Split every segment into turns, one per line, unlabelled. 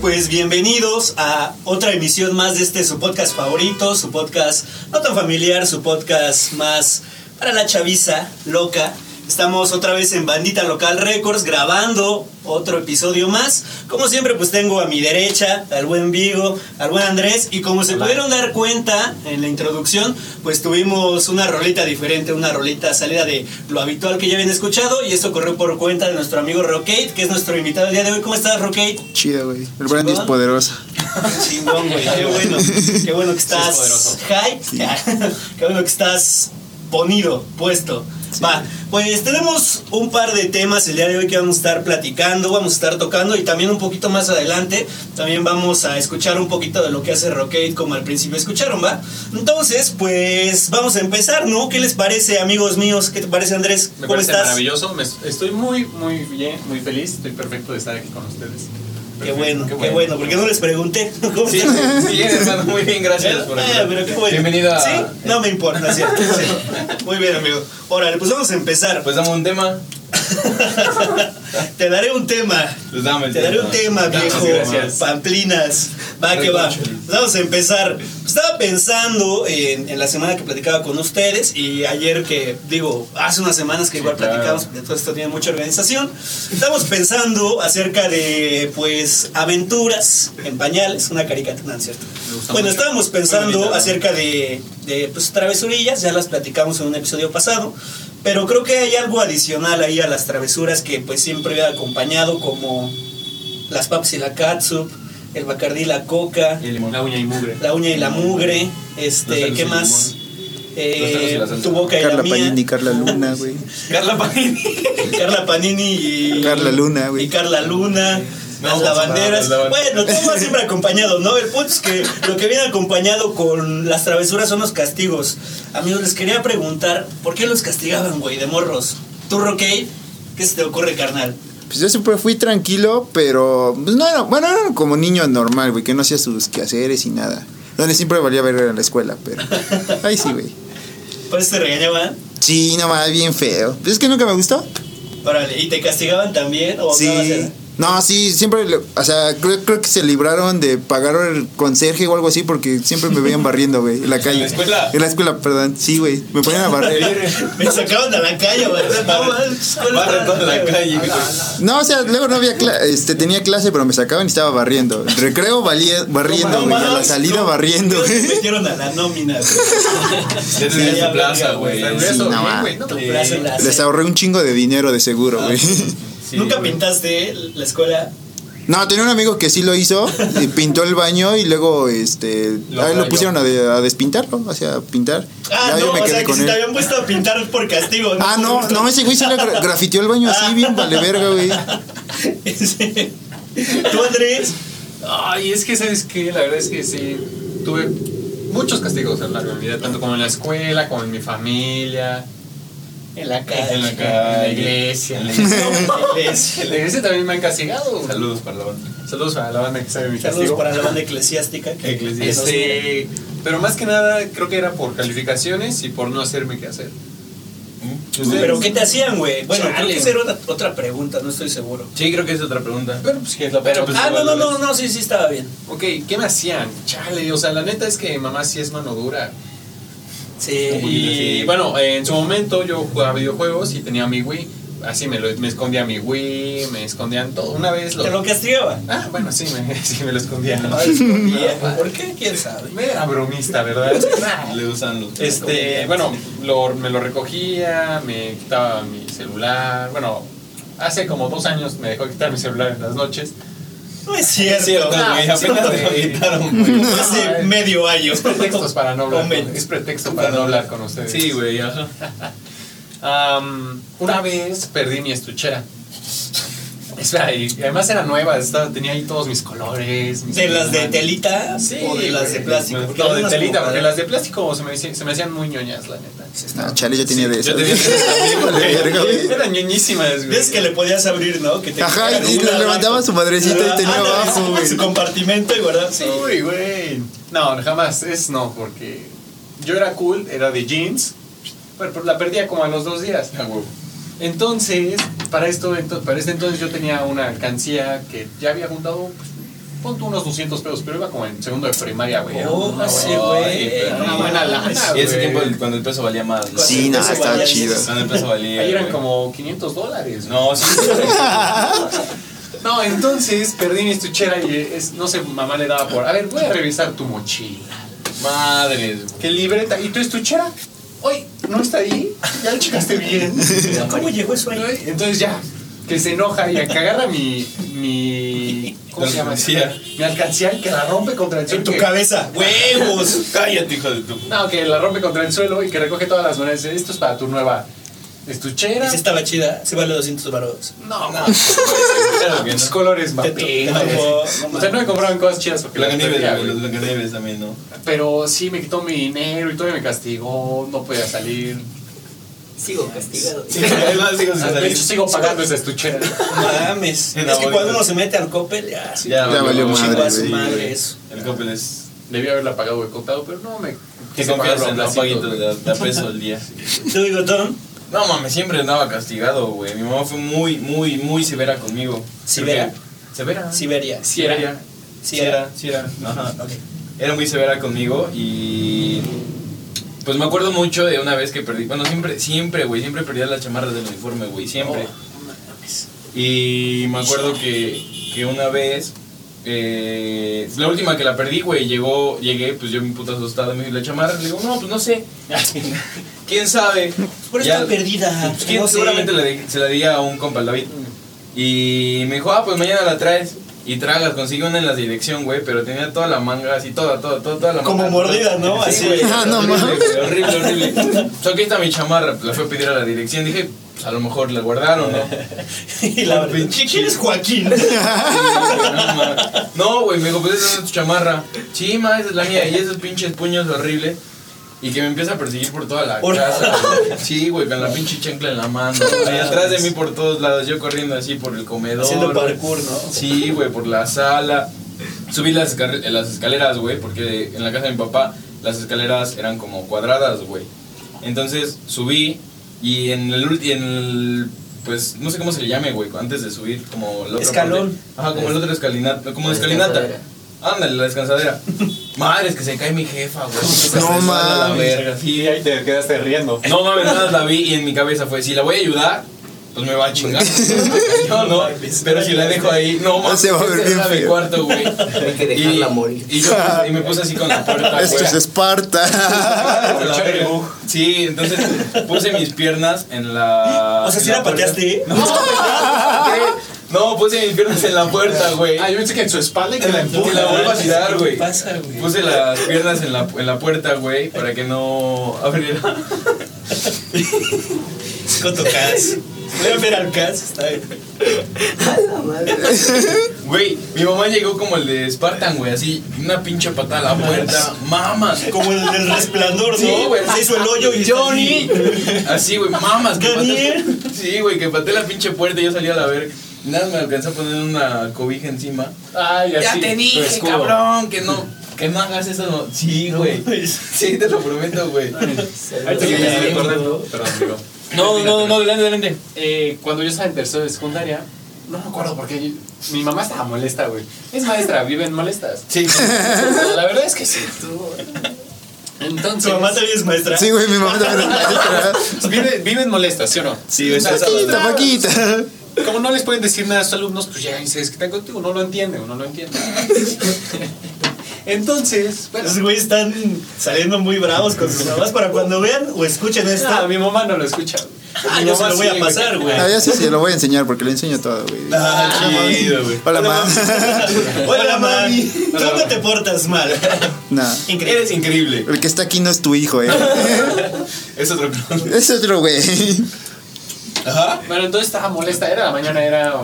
pues bienvenidos a otra emisión más de este su podcast favorito, su podcast no tan familiar, su podcast más para la chaviza loca. Estamos otra vez en Bandita Local Records grabando otro episodio más. Como siempre, pues tengo a mi derecha al buen Vigo, al buen Andrés. Y como se pudieron dar cuenta en la introducción, pues tuvimos una rolita diferente, una rolita salida de lo habitual que ya habían escuchado. Y esto corrió por cuenta de nuestro amigo Rockate, que es nuestro invitado el día de hoy. ¿Cómo estás, Rockate?
Chido, güey. El brandy es poderoso.
Chingón, güey. Qué bueno. Qué bueno que estás hype. Qué bueno que estás ponido, puesto. Va, pues tenemos un par de temas el día de hoy que vamos a estar platicando, vamos a estar tocando y también un poquito más adelante también vamos a escuchar un poquito de lo que hace Rocket como al principio escucharon, ¿va? Entonces, pues vamos a empezar, ¿no? ¿Qué les parece, amigos míos? ¿Qué te parece, Andrés?
Me
¿Cómo
parece
estás?
maravilloso. me- estoy muy, muy bien, muy feliz. Estoy perfecto de estar aquí con ustedes.
Qué
Perfecto,
bueno, qué bueno, porque no les pregunté. ¿Cómo
Sí,
estás?
sí, hermano, muy bien, gracias por
Eh,
ayudar.
pero qué bueno.
Bienvenido a-
¿Sí? No me importa, sí. sí. Muy bien, amigo. Órale, pues vamos a empezar.
Pues dame un tema.
ah.
Te daré un tema.
Pues dame el
Te daré un tema,
Gracias,
viejo.
gracias.
Pamplinas. Va que va.
Reconcha.
Vamos a empezar. Estaba pensando en, en la semana que platicaba con ustedes y ayer que, digo, hace unas semanas que igual
claro.
platicamos, porque todo esto tiene mucha organización. Estamos pensando acerca de, pues, aventuras en pañales, una caricatura, ¿no es cierto? Bueno, estábamos
Muy
pensando
bonita, ¿no?
acerca de, de, pues, travesurillas, ya las platicamos en un episodio pasado, pero creo que hay algo adicional ahí a las travesuras que pues siempre he acompañado como las papas y la catsup, el bacardí y la coca,
Y el limón.
La uña y mugre.
la uña y la mugre,
Los
este,
tacos
¿qué
sin
más?
Los tacos y
Eh,
la salsa.
tu boca y la
Carla
mía,
Panini, Carla Luna, güey.
Carla Panini.
Carla Panini y
Carla Luna, güey.
y Carla Luna,
No,
las
no,
lavanderas.
no, no, no.
Bueno, todo va siempre acompañado, ¿no? El punto es que lo que viene acompañado con las travesuras son los castigos. Amigos, les quería preguntar, ¿por qué los castigaban, güey, de morros? ¿Tú, Roque? ¿Qué se te ocurre, carnal?
Pues yo siempre fui tranquilo, pero. Pues no era. Bueno, era como niño normal, güey, que no hacía sus quehaceres y nada. Donde siempre valía ver en la escuela, pero. Ahí sí, güey.
¿Por eso te regañaban?
Sí, nomás, bien feo. Pues es que nunca me gustó.
Órale, ¿y te castigaban también? ¿O andabas
Sí.
en-
No, sí, siempre. le- O sea, creo, creo que se libraron de pagar el conserje o algo así porque siempre me veían barriendo, güey, en la calle.
la escuela?
En la escuela, perdón. Sí, güey. Me ponían a barrer.
Me sacaban de la calle, güey. No, mames, ¿cuál
Barra
está?
toda la calle. güey.
No, o sea, luego no había clase, este, tenía clase, pero me sacaban y estaba barriendo. Recreo valía- barriendo,
No
güey, a la
mames,
salida
no.
barriendo,
Creo
eh.
que
güey.
Me metieron a la nómina, güey.
Ya
Sí,
tenías
ya
tu plaza,
había, güey.
güey.
Pero eso,
no,
bien,
va.
güey, no te-
Tu plaza en la
Les ahorré un chingo de dinero de seguro, güey.
Sí,
¿Nunca
güey.
pintaste la escuela?
No, tenía un amigo que sí lo hizo, y pintó el baño y luego este
Lo
ahí lo
rayó.
pusieron a, de- a despintarlo, o sea, a pintar.
Ah,
Ya
no, o sea, que si te habían puesto a pintar por castigo. ¿no?
Ah, no, no, ese güey sí le gra- grafiteó el baño así, bien vale verga, güey.
Ese- ¿Tú, Andrés?
Ay, es que sabes que la verdad es que sí. Tuve muchos castigos a lo largo de mi vida, tanto como en la escuela, como en mi familia,
En la
en la,
En la
ca- en la
calle.
iglesia. En la
iglesia.
iglesia. En la iglesia también me han castigado.
Saludos, perdón.
Saludos a la banda que sabe mi
Saludos
castigo.
para la banda eclesiástica. que- que nos-
Este, pero más que nada creo que era por calificaciones y por no hacerme qué hacer.
Pero, ¿qué te hacían, güey? Bueno, creo
Este, Chale.
que esa era otra- otra pregunta, no estoy seguro.
Sí, creo que es otra pregunta.
Pero pues que es la
Pero, pues,
ah, no,
igual,
no, no,
¿no?
no, sí, sí estaba bien.
Ok, ¿qué me hacían? Chale, o sea, la neta es que mamá sí es mano dura.
Sí.
Y bueno, eh, en su momento yo jugaba videojuegos y tenía mi Wii. Así me, lo, me escondía mi Wii, me escondían todo. Una vez
¿Te lo
lo...
castigaba?
Ah, bueno, sí me, sí me lo escondían.
¿Por qué? ¿Quién sabe?
Era bromista, ¿verdad?
Le usan los.
Este, bueno, lo- me lo recogía, me quitaba mi celular. Bueno, hace como dos años me dejó quitar mi celular en las noches.
No es cierto.
Cierto, güey,
Ah, sí,
apenas
no,
te
güey.
editaron, güey.
Hace
Ay.
medio año.
Es pretextos para no hablar.
Hombre.
con- es pretexto para no hablar con ustedes.
Sí, güey, ajá.
Am, una vez perdí mi estuchera. Espera, y y además era nueva, estaba- tenía ahí todos mis colores. mis
¿De las de
plumas.
telita
Sí,
o de las
güey.
de plástico? Porque
No,
hay
de
unas
telita,
como
porque
para-
las de plástico se me, hici- se me hacían muy ñoñas, la neta.
No, chale, yo tenía de
Yo
esas.
tenía de esas también,
Vale verga, güey.
Eran ñoñísimas, güey.
¿Ves que le podías abrir, no? Que te
Ajá,
quitaran
y
una
le
abajo.
levantaba su madrecita y
Ah,
tenía
ándale,
abajo,
sí,
güey.
Su compartimento y guardaba.
Sí, Uy, güey. No, jamás. Es no, porque yo era cool, era de jeans. Pero, pero la perdía como a los dos días.
Ah, güey.
Entonces, para esto, ento- para este entonces yo tenía una alcancía que ya había juntado pues, pon tú unos 200 pesos, pero iba como en segundo de primaria, güey. Era
Oh,
una
sí,
buena-
güey.
pero-
Una buena lana,
Y ese
güey.
tiempo el- cuando el peso valía más. ¿no?
Sí, no,
Eso
estaba
valía-
chido.
Cuando el peso valía.
Ahí eran
güey.
como 500 dólares. No,
No, sí.
no entonces perdí mi estuchera y es- no sé, mamá le daba por. A ver, voy a revisar tu mochila.
Madres, güey.
¿Qué libreta? ¿Y tu estuchera? Oye, ¿no está ahí? Ya lo checaste bien.
¿Cómo llegó eso ahí?
Ay, Entonces ya, que se enoja y a que agarra mi. mi ¿Cómo se llama?
Alcancía.
Mi alcancía y que la rompe contra el
En
suelo.
tu
que-
cabeza. ¡Huevos!
Cállate, hijo de tu.
No, que la rompe contra el suelo y que recoge todas las monedas. y dice, Esto es para tu nueva estuchera.
Esa estaba chida. Se vale 200 baros.
No, no.
Claro que no.
Tus colores,
Te
papi.
to- te tocó, no
O sea, no me compraban cosas chidas porque las
Blancanieves,
perdía,
güey,
güey.
los Blancanieves también, ¿no?
Pero sí, me quitó mi dinero y todavía me castigó. No podía salir.
Sigo castigado.
Además, digo, sin
Ah, De
salir.
hecho, sigo pagando esa estuchera.
Mames.
Sí,
Es
no,
que
voy,
cuando
güey.
uno se mete al copel, ya.
Ya,
Ya valió
güey.
madre,
Chingo a su
güey.
Madre, eso.
El Coppel es.
Debía haberla pagado de contado, pero no me.
Que
quise
confías
pagarlo a
en los
plazos,
paguitos
güey.
de de a peso al día.
¿Tú, bigotón?
No mames, siempre andaba castigado, güey. Mi mamá fue muy, muy, muy severa conmigo.
¿Severa?
Creo que- ¿Severa?
Siberia. Ah,
Sí, era.
Sí, era, sí era. Ajá. Era muy severa conmigo y. Pues me acuerdo mucho de una vez que perdí. Bueno, siempre, siempre, güey. Siempre perdía las chamarras del uniforme, güey. Siempre.
Oh.
Y me acuerdo que, que una vez. eh, la última que la perdí, güey, llegó, llegué, pues yo mi puta asustada, me dijo la chamarra, le digo, no, pues no sé, quién sabe.
Por eso
Ya-
está perdida.
pues, ¿quién?
No sé.
seguramente le di- se la di a un compa, al David.
Mm.
Y me dijo, ah, pues mañana la traes. Y tragas, consigue una en la dirección, güey, pero tenía toda la manga así, toda, toda, toda, toda la manga.
Como mordida, ¿no?
Sí,
Así.
güey,
Ah, no
horrible,
mames.
güey, horrible, horrible. So, aquí está mi chamarra, pues, la fui a pedir a la dirección. Dije, pues a lo mejor la guardaron, ¿no?
Y la verdad.
Pinche
¿Quién es Joaquín? Ah,
No, ma. No, güey, me dijo, pues esa no es tu chamarra. Sí, ma, esa es la mía. Y esos pinches puños horribles. Y que me empieza a perseguir por toda la
Por-
casa. güey. Sí, güey, con la pinche chancla en la mano. Ahí atrás de mí por todos lados, yo corriendo así por el comedor.
Haciendo
güey.
parkour, ¿no?
Sí, güey, por la sala. Subí las, escar- eh, las escaleras, güey, porque en la casa de mi papá las escaleras eran como cuadradas, güey. Entonces subí y en el ulti- en el, pues no sé cómo se le llame, güey, antes de subir como la otra
Escalón.
parte. Ajá, como el otro escalinata, como
La
escalinata.
descansadera.
Ándale, la descansadera. Madre, es que se cae mi jefa, güey. Se
No
resbala la
mames.
verga.
Sí, ahí te quedaste riendo.
No mames, nada la vi y en mi cabeza fue, si la voy a ayudar, pues me va a chingar. Yo no, pero si la dejo ahí, no mames,
Se va a ver
esta
bien
era mi
feo.
cuarto, güey.
Hay que dejarla morir.
Y, yo, y me puse así con la puerta, güey.
Esto Este es Ah, Esparta.
Con la
Echar el
verga.
bug.
Sí, entonces puse mis piernas en la.
O sea, si
en
la
puerta.
pateaste.
No, no, puse mis piernas en la puerta, güey.
Ah, yo pensé que en su espalda y que la
Que
empuja.
la vuelva a tirar,
¿Qué
güey.
pasa, güey?
Puse las piernas en la, en la puerta, güey, para que no abriera.
Coto Cas. Voy a ver al Cas. Está bien.
A la madre.
Güey, mi mamá llegó como el de Spartan, güey, así, una pinche patada a la puerta. Mamas.
Como el del resplandor, ¿no?
Sí, güey.
Se hizo el hoyo y. está
Johnny. Así, Ah, güey, mamas. Que
Daniel.
pateé- sí, güey, que pateé la pinche puerta y yo salí a la verga. Nada, más me alcanzó a poner una cobija encima.
Ay,
Ya
así.
te
tu
dije,
escudo.
cabrón, que no, que no hagas eso. no. Sí, güey. Sí, te lo prometo, güey.
Ahí te
Sí,
quedaste
sí,
recordando. Perdón, amigo.
No, no, no, adelante, adelante.
Eh, cuando yo estaba en tercero de secundaria, no me acuerdo por qué. Mi mamá estaba molesta, güey. Es maestra, viven molestas.
Sí,
La verdad es que sí. tú. Entonces.
Tu mamá también es maestra.
Sí, güey, mi mamá también es maestra.
Vive- viven molestas, ¿sí o no?
sí, güey, estás
Paquita, Paquita.
Como no les pueden decir nada a sus alumnos, pues llegan y se desquitan contigo. No lo entiende, uno no entiende. Entonces, bueno.
Los güeyes están saliendo muy bravos con sus mamás para cuando vean o escuchen esto.
Ah, mi mamá no lo escucha. güey.
Ah,
Mi
yo se
mamá
lo voy
sí,
a pasar, güey.
Ah, ya sí, sí, lo voy a enseñar porque le enseño todo, güey.
Ah,
chido, güey.
Hola, ma.
Hola, mami. ¿Cómo te portas mal?
Nah.
Increíble.
Eres increíble.
El que está aquí no es tu hijo, eh.
Es otro clon.
Es otro güey.
Ajá.
Bueno, entonces estaba molesta, era la mañana, era.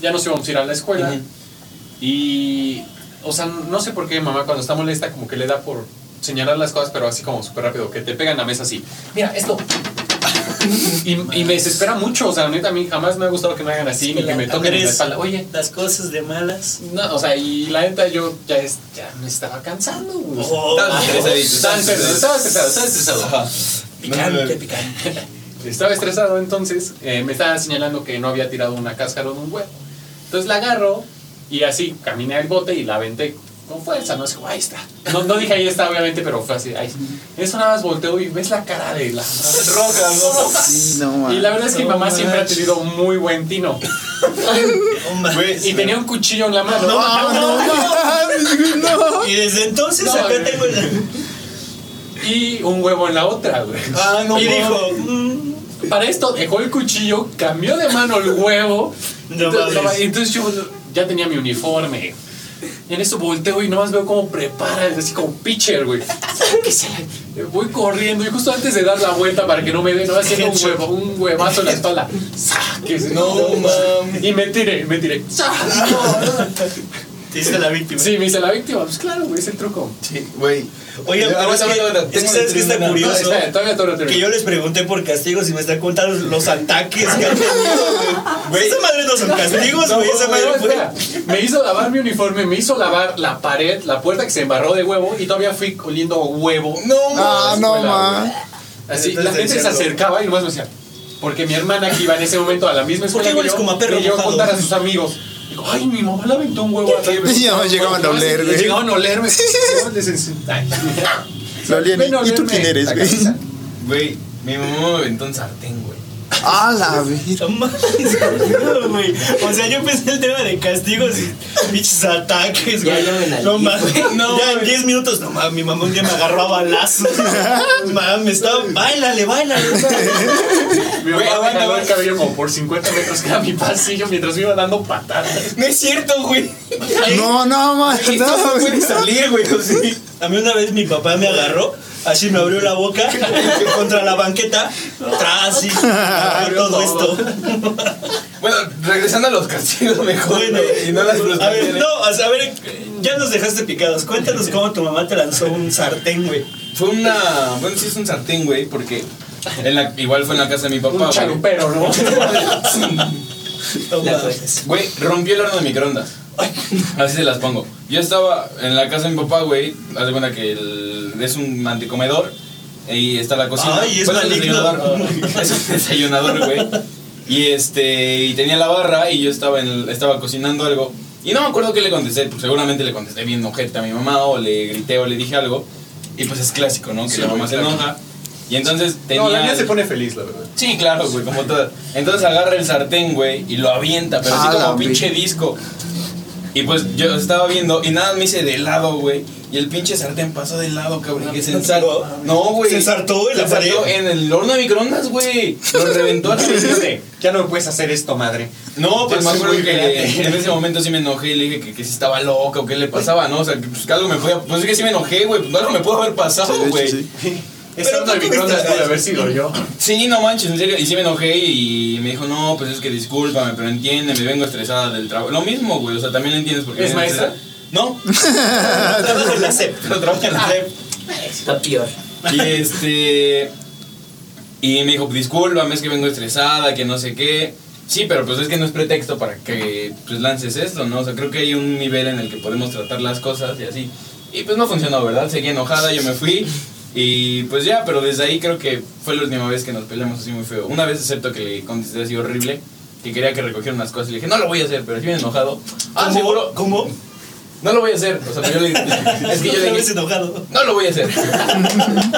Ya nos íbamos a ir a la escuela.
Ujú.
Y. O sea, no sé por qué mamá cuando está molesta, como que le da por señalar las cosas, pero así como súper rápido, que te pegan la mesa así. Mira, esto. y, y me desespera mucho, o sea, neta, a mí jamás me ha gustado que me hagan así, ni que me toquen en la
Andrés,
espalda. Oye.
Las cosas de malas.
No, o sea, y la neta yo ya, es- ya me estaba cansando, güey.
Oh,
Estaba estresadito,
Estaba
estaba
estresado, estaba estresado, estaba estresado.
estresado.
picante, picante.
Estaba estresado entonces, eh, me estaba señalando que no había tirado una cáscara de un huevo. Entonces la agarro Y así caminé al bote y la aventé con fuerza, no sé, ahí está. No, no dije ahí está, obviamente, pero fue así. Ahí. Eso nada más volteo y ves la cara de la roca, ¿no?
Sí, no, man.
Y la verdad es que mi
No
mamá siempre ha
manches.
tenido muy buen tino.
Hombre.
Y tenía un cuchillo en la mano.
No,
No, mames, güey, no.
Y desde entonces
No,
acá
güey.
tengo el...
Y un huevo en la otra, güey.
y dijo, mm,
Para esto dejó el cuchillo, cambió de mano el huevo.
No
entonces,
mames.
entonces yo ya tenía mi uniforme. Y en eso volteo y nomás veo cómo prepara, así como pitcher, güey. Que se la- Voy corriendo y justo antes de dar la vuelta para que no me den, no haciendo un huevo, un huevazo en la espalda. ¡Sa! Que se-
No mames.
Y me tiré, me tiré. ¡Sa! No.
te hice la víctima.
Sí, me hice la víctima. Pues claro, güey, es el truco.
Sí, güey.
Oye,
Ahora,
pero es
ahora, ahora,
que, es que
tengo
sabes que está
tribuna.
No,
curioso.
espera, todavía, todavía, todavía.
Que yo les pregunté por castigos y me están contando los ataques que han tenido, güey. Esa madre no son castigos,
No,
güey. Esa
güey,
madre
no,
fue.
espera. Me hizo lavar mi uniforme, me hizo lavar la pared, la puerta que se embarró de huevo y todavía fui oliendo a huevo.
No,
Ah, no,
Escuela,
man.
Así,
Entonces,
la gente se
decían,
acercaba y nomás me decía, porque mi hermana que iba en ese momento a la
¿Por
misma escuela
qué
que
hueles
yo,
como a perro
le llegó a
mojado?
contar a sus amigos. Digo, ay, mi mamá le aventó un huevo a
Y ya llegaban a oler, güey.
Llegaban a olerme. Les ense- Ay.
Lo olían,
Ven a
¿y tú
olerme
quién eres,
la
güey?
cabeza.
Güey, mi mamá me aventó un sartén, güey.
A la verga.
No mames, no, güey. O sea, yo pensé el tema de castigos y bichos ataques,
Ya
güey.
llamen al
No
IF,
mames.
güey.
No,
ya en
güey.
10 minutos, no mames, mi mamá un día me agarró a balazos. mames, estaba. Báilale, báilale.
Mi
Güey,
mamá me
aguanta,
jaló el
güey.
cabello como por 50 metros cada mi pasillo mientras me iba dando patadas.
No es cierto, güey.
No, no, man,
No,
no,
no
güey.
puede salir, güey, o sí.
A mí una vez mi papá me agarró, así me abrió la boca contra la banqueta, tras y me abrió todo esto.
Bueno, regresando a los castigos mejor,
Bueno,
güey, y no
a
las
ver,
frustraciones.
no, o sea, a ver, ya nos dejaste picados. Cuéntanos cómo tu mamá te lanzó un sartén, güey.
Fue una... Bueno, sí es un sartén, güey, porque... en la- igual fue en la casa de mi papá,
Un
güey.
charupero, ¿no?
No
La
mames.
juez.
Güey, rompió el horno de microondas. Así se las pongo. Yo estaba en la casa de mi papá, güey. Haz de cuenta que el- es un antecomedor. Y está la cocina.
Ay, es
Bueno, el
maligno.
desayunador. es un desayunador, güey. Y este. Y tenía la barra y yo estaba en el- estaba cocinando algo. Y no me acuerdo qué le contesté, pues seguramente le contesté bien ojete a mi mamá, o le grité o le dije algo. Y pues es clásico, ¿no? Que
Sí,
la mamá
güey,
se
claro.
enoja. Y entonces tenía.
No, la niña se pone feliz, la verdad.
Sí, claro, güey, como todo. Entonces agarra el sartén, güey, y lo avienta, pero
Ah,
así
la
como pinche
vi.
disco. Y pues yo estaba viendo y nada me hice de lado, güey. Y el pinche sartén pasó de lado, cabrón. Que se ensartó. No, güey.
¿Se ensartó en la
Se ensartó
pared?
En el horno de microondas, güey. Lo reventó a la vez.
Ya no puedes hacer esto, madre.
No, pues
Ya
me
soy
acuerdo
muy
que
grande.
en ese momento sí me enojé y le dije que, que si estaba loca o qué le pasaba, ¿no? O sea, que, pues, que algo me podía. Pues es que sí me enojé, güey. Pues algo me pudo haber pasado,
De
güey.
hecho, sí.
Ese
Pero
otro
tú
microondas
tuviste-
debe haber sido yo.
Sí, no manches, en serio. Y sí me enojé y me dijo, no, pues es que discúlpame, pero entiende, me vengo estresada del trabajo. Lo mismo, güey, o sea, también lo entiendes porque...
¿Es
me
maestra?
estresada. No,
Trabajo en la SEP.
pero trabaja en la SEP.
Está peor.
Y este... Y me dijo, discúlpame, es que vengo estresada, que no sé qué. Sí, pero pues es que no es pretexto para que pues lances esto, ¿no? O sea, creo que hay un nivel en el que podemos tratar las cosas y así. Y pues no funcionó, ¿verdad? Seguí enojada, yo me fui. Y pues ya, pero desde ahí creo que fue la última vez que nos peleamos así muy feo. Una vez excepto que le contesté así horrible, que quería que recogiera unas cosas y le dije, no lo voy a hacer, pero estoy bien enojado. Ah,
¿Cómo?
seguro,
¿Cómo?
no lo voy a hacer. O sea, yo le es que yo
Otra
le
vez
dije,
enojado.
no lo voy a hacer.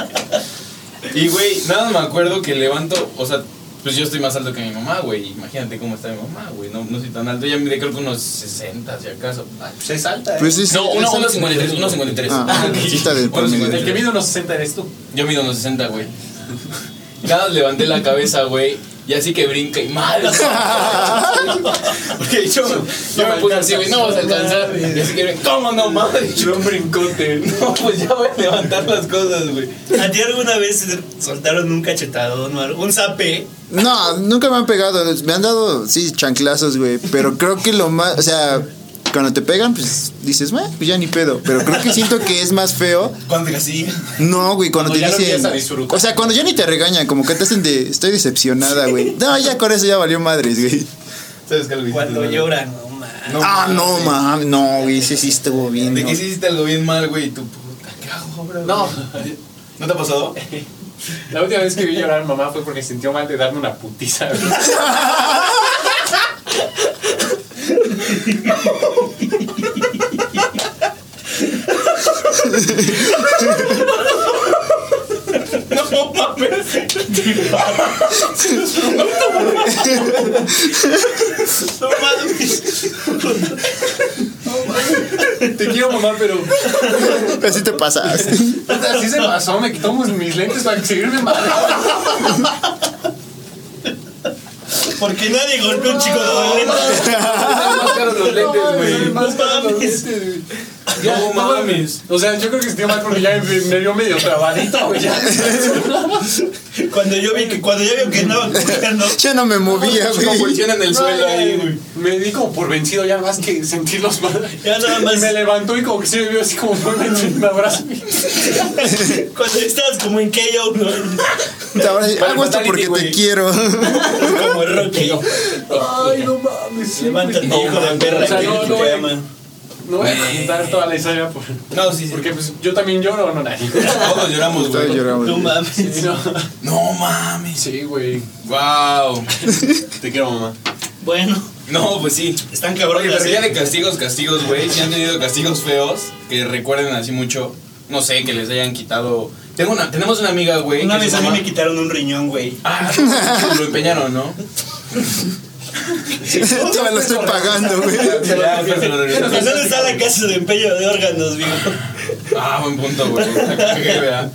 y güey, nada más me acuerdo que levanto, o sea, pues yo estoy más alto que mi mamá, güey. Imagínate cómo está mi mamá, güey. No, no soy tan alto. Ella mide creo que unos 60, si acaso. Ay,
Pues es alta, ¿eh?
Pues sí, sí,
no, uno-
es-
1.53, 1.53.
Ah, sí está del promedio.
1.53.
El que mide unos 60 eres tú.
Yo mido unos 60, güey. Nada más levanté la cabeza, güey. Y así que brinca y madre. Porque yo, yo me puse así, güey, no vas a alcanzar. Y así que brinca, ¿cómo no, madre? Yo un brincote. No, pues ya voy a levantar las cosas, güey.
¿A ti alguna vez te soltaron un cachetadón o algo? un zapé?
No, nunca me han pegado. Me han dado, sí, chanclazos, güey. Pero creo que lo más. O sea, cuando te pegan, pues dices, "Meh, pues ya ni pedo. Pero creo que siento que es más feo.
Cuando que así.
No, güey, cuando,
Cuando
te
ya lo
dicen.
empiezas a disfrutar.
o sea, cuando ya ni te regañan, como que te hacen de. Estoy decepcionada, güey. No, ya con eso ya valió madres, güey.
¿Sabes qué, Luis?
Cuando
No,
lloran, no mames.
No,
ah, no,
sí.
mames. No, güey, ese sí estuvo bien.
De que
¿no?
hiciste algo bien mal, güey. Y tú, puta, ¿qué hago ahora? güey?
No.
¿No te ha pasado?
La última vez que vi llorar a mi mamá fue porque sintió mal de darme una putiza. güey.
No mames.
No mames.
Te quiero mamá, pero
Así te pasas.
así se pasó. Me quitó mis- mis lentes para seguirme madre.
Porque nadie golpeó a un chico de lentes.
Están más caros los lentes, güey.
No mames.
Ya,
No mames.
O sea, yo creo que este estoy mal porque ya me, me vio medio trabadito, güey. Ya.
Cuando yo vi que cuando yo vio que andaban cogiendo,
Yo no me movía, güey.
Convulsión en el suelo ahí, güey.
Me di como por vencido ya más que sentir los madres.
Ya nada más.
Y me levantó y como que sí me vio así como por vencido. Me abrazó.
cuando estabas como en KO, ¿no?
Ahora sí,
Para
Hago esto
fatality,
porque te
güey.
quiero.
como Rocky.
Ay, no mames. sí,
Levántate,
güey.
hijo de
O
perra,
sea,
que
no,
te
no, voy a-
aman.
no voy a contar toda la historia por-
No, sí, sí.
porque pues, yo también lloro, no nadie.
Todos lloramos,
Todos
güey.
lloramos.
No mames.
Sí, no.
No mames.
Sí, güey.
Wow. Te quiero, mamá.
Bueno,
No, pues sí.
están
Oye,
cabrones.
pero ya
¿eh?
de castigos, castigos, güey. Si han tenido castigos feos, que recuerden así mucho. No sé, que les hayan quitado. Tengo una, tenemos una amiga, güey.
Una
que
vez
su
a mí
mamá-
me quitaron un riñón, güey.
Ah, no, lo empeñaron, ¿no?
Todavía lo estoy pagando, güey.
Ya, pero se lo
¿En
regresaron.
dónde está la casa de empeño de órganos, digo?
Ah, buen punto, güey. La cagué, ¿verdad?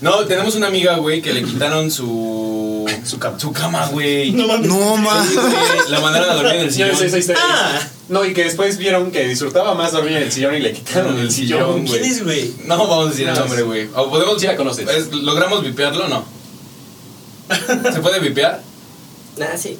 No, tenemos una amiga, güey, que le quitaron su. Su cama. Su cama, güey.
No mames.
No, ma.
Sí, güey, La mandaron a dormir en el
Yo
sillón.
no sé esa historia.
Ah.
No, y que después vieron que disfrutaba más dormir en el sillón y le quitaron el
¿Quién
sillón, güey.
es, güey?
No vamos a decir el nombre, güey. O podemos.
Sí la conoces.
es- ¿Logramos vipearlo o no? ¿Se puede vipear?
Nah, sí.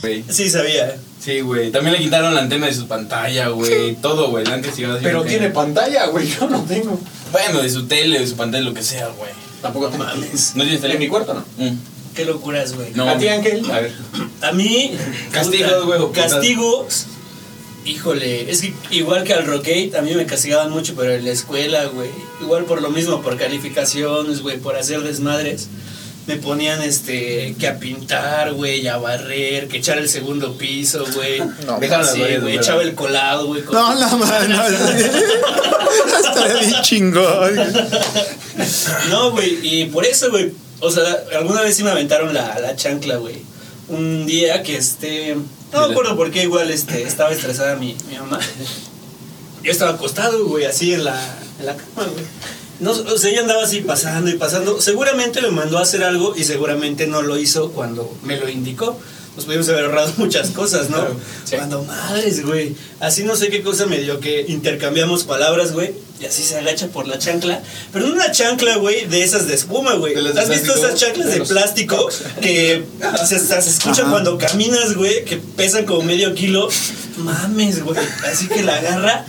Güey.
Sí, sabía.
Sí, güey. También le quitaron la antena de su pantalla, güey. Todo, güey. La han castigado así
Pero
porque-
tiene pantalla, güey. Yo no tengo.
Bueno, de su tele, de su pantalla, lo que sea, güey.
Tampoco mames.
¿No tienes tele?
en mi cuarto, ¿no?
Mm.
Qué locuras, güey.
No.
¿A ti, Ángel? A ver.
A mí.
Castigos,
puta,
güey, o putas.
Castigos. Híjole, es que igual que al Rockate, a mí me castigaban mucho, pero en la escuela, güey. Igual por lo mismo, por calificaciones, güey, por hacer desmadres. Me ponían este que a pintar, güey, a barrer, que echar el segundo piso, güey.
No,
Dejaron las
Sí,
varias,
güey,
güey.
echaba el colado, güey. con-
No, la mano. Estaría bien chingón.
No, güey, y por eso, güey. O sea, alguna vez sí me aventaron la, la chancla, güey. Un día que este. No me acuerdo por qué, igual este, estaba estresada mi, mi mamá. Yo estaba acostado, güey, así en la, en la cama, güey. No, o sea, ella andaba así pasando y pasando. Seguramente me mandó a hacer algo y seguramente no lo hizo cuando me lo indicó. Nos pudimos haber ahorrado muchas cosas, ¿no?
Claro, sí.
Cuando madres, güey. Así no sé qué cosa me dio que intercambiamos palabras, güey. Y así se agacha por la chancla. Pero no una chancla, güey, de esas de espuma, güey.
De las de
¿Has visto
plástico?
esas chanclas de
Los-
plástico que se, se escuchan
Ajá.
cuando caminas, güey? Que pesan como medio kilo. Mames, güey. Así que la agarra.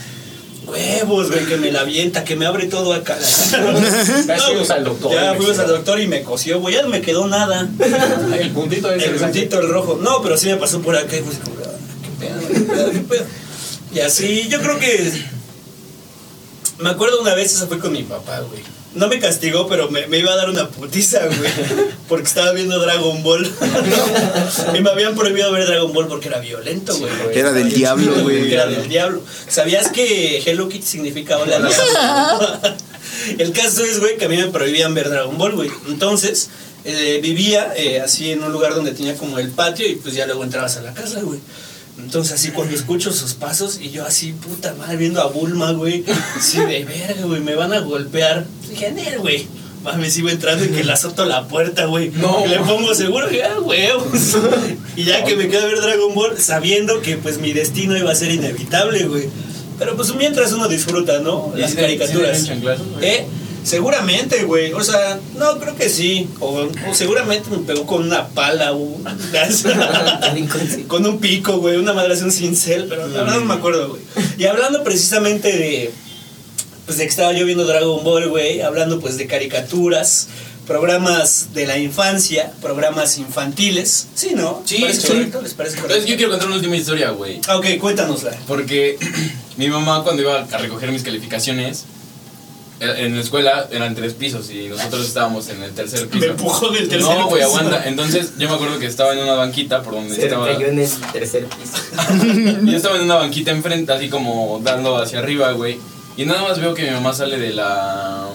Huevos, güey, que me la avienta, que me abre todo acá.
Ya fuimos al doctor.
Ya fuimos al doctor y me cosió, güey. Ya no me quedó nada.
El puntito es
El puntito, el rojo. No, pero sí me pasó por acá y fue así como, ah, qué pedo, qué pedo, qué pedo. Y así, yo creo que. Me acuerdo una vez, esa fue con mi papá, güey. No me castigó, pero me, me iba a dar una putiza, güey. Porque estaba viendo Dragon Ball. y me habían prohibido ver Dragon Ball porque era violento, güey.
Era del
Estaba
diablo,
chido,
güey.
Era del diablo. ¿Sabías que Hello Kitty significa hola diablo? El caso es, güey, que a mí me prohibían ver Dragon Ball, güey. Entonces, eh, vivía eh, así en un lugar donde tenía como el patio y pues ya luego entrabas a la casa, güey. Entonces, así cuando escucho sus pasos y yo así, puta madre, viendo a Bulma, güey. Sí, de verga, güey, me van a golpear. Dije, "Nel, güey. Mami, sigo entrando y que le azoto la puerta, güey.
No.
Y Le pongo seguro, que, ah, huevos. Y ya que me queda ver Dragon Ball, sabiendo que pues mi destino iba a ser inevitable, güey. Pero pues mientras uno disfruta, ¿no?
¿Y
Las
si te-
caricaturas.
si te dieron chanclazos, güey?
¿Eh? Seguramente, güey. O sea, no, creo que sí. O, o seguramente me pegó con una pala, o una- con un pico, güey. Una madre hace un cincel, pero la verdad no me acuerdo, güey. Y hablando precisamente de. Pues de que estaba yo viendo Dragon Ball, güey. Hablando pues de caricaturas, programas de la infancia, programas infantiles. Sí, ¿no?
Sí,
¿Les parece
sí.
correcto? ¿Les parece
Entonces,
correcto?
yo quiero contar una última historia, güey.
Ah, Ok, cuéntanosla.
Porque mi mamá cuando iba a recoger mis calificaciones eh, en la escuela eran tres pisos y nosotros estábamos en el tercer piso.
Me empujó del tercer
No, güey,
piso.
aguanta. Entonces yo me acuerdo que estaba en una banquita por donde
Se
estaba.
cayó en el tercer piso.
Yo estaba en una banquita enfrente, así como dando hacia arriba, güey. Y nada más veo que mi mamá sale de la.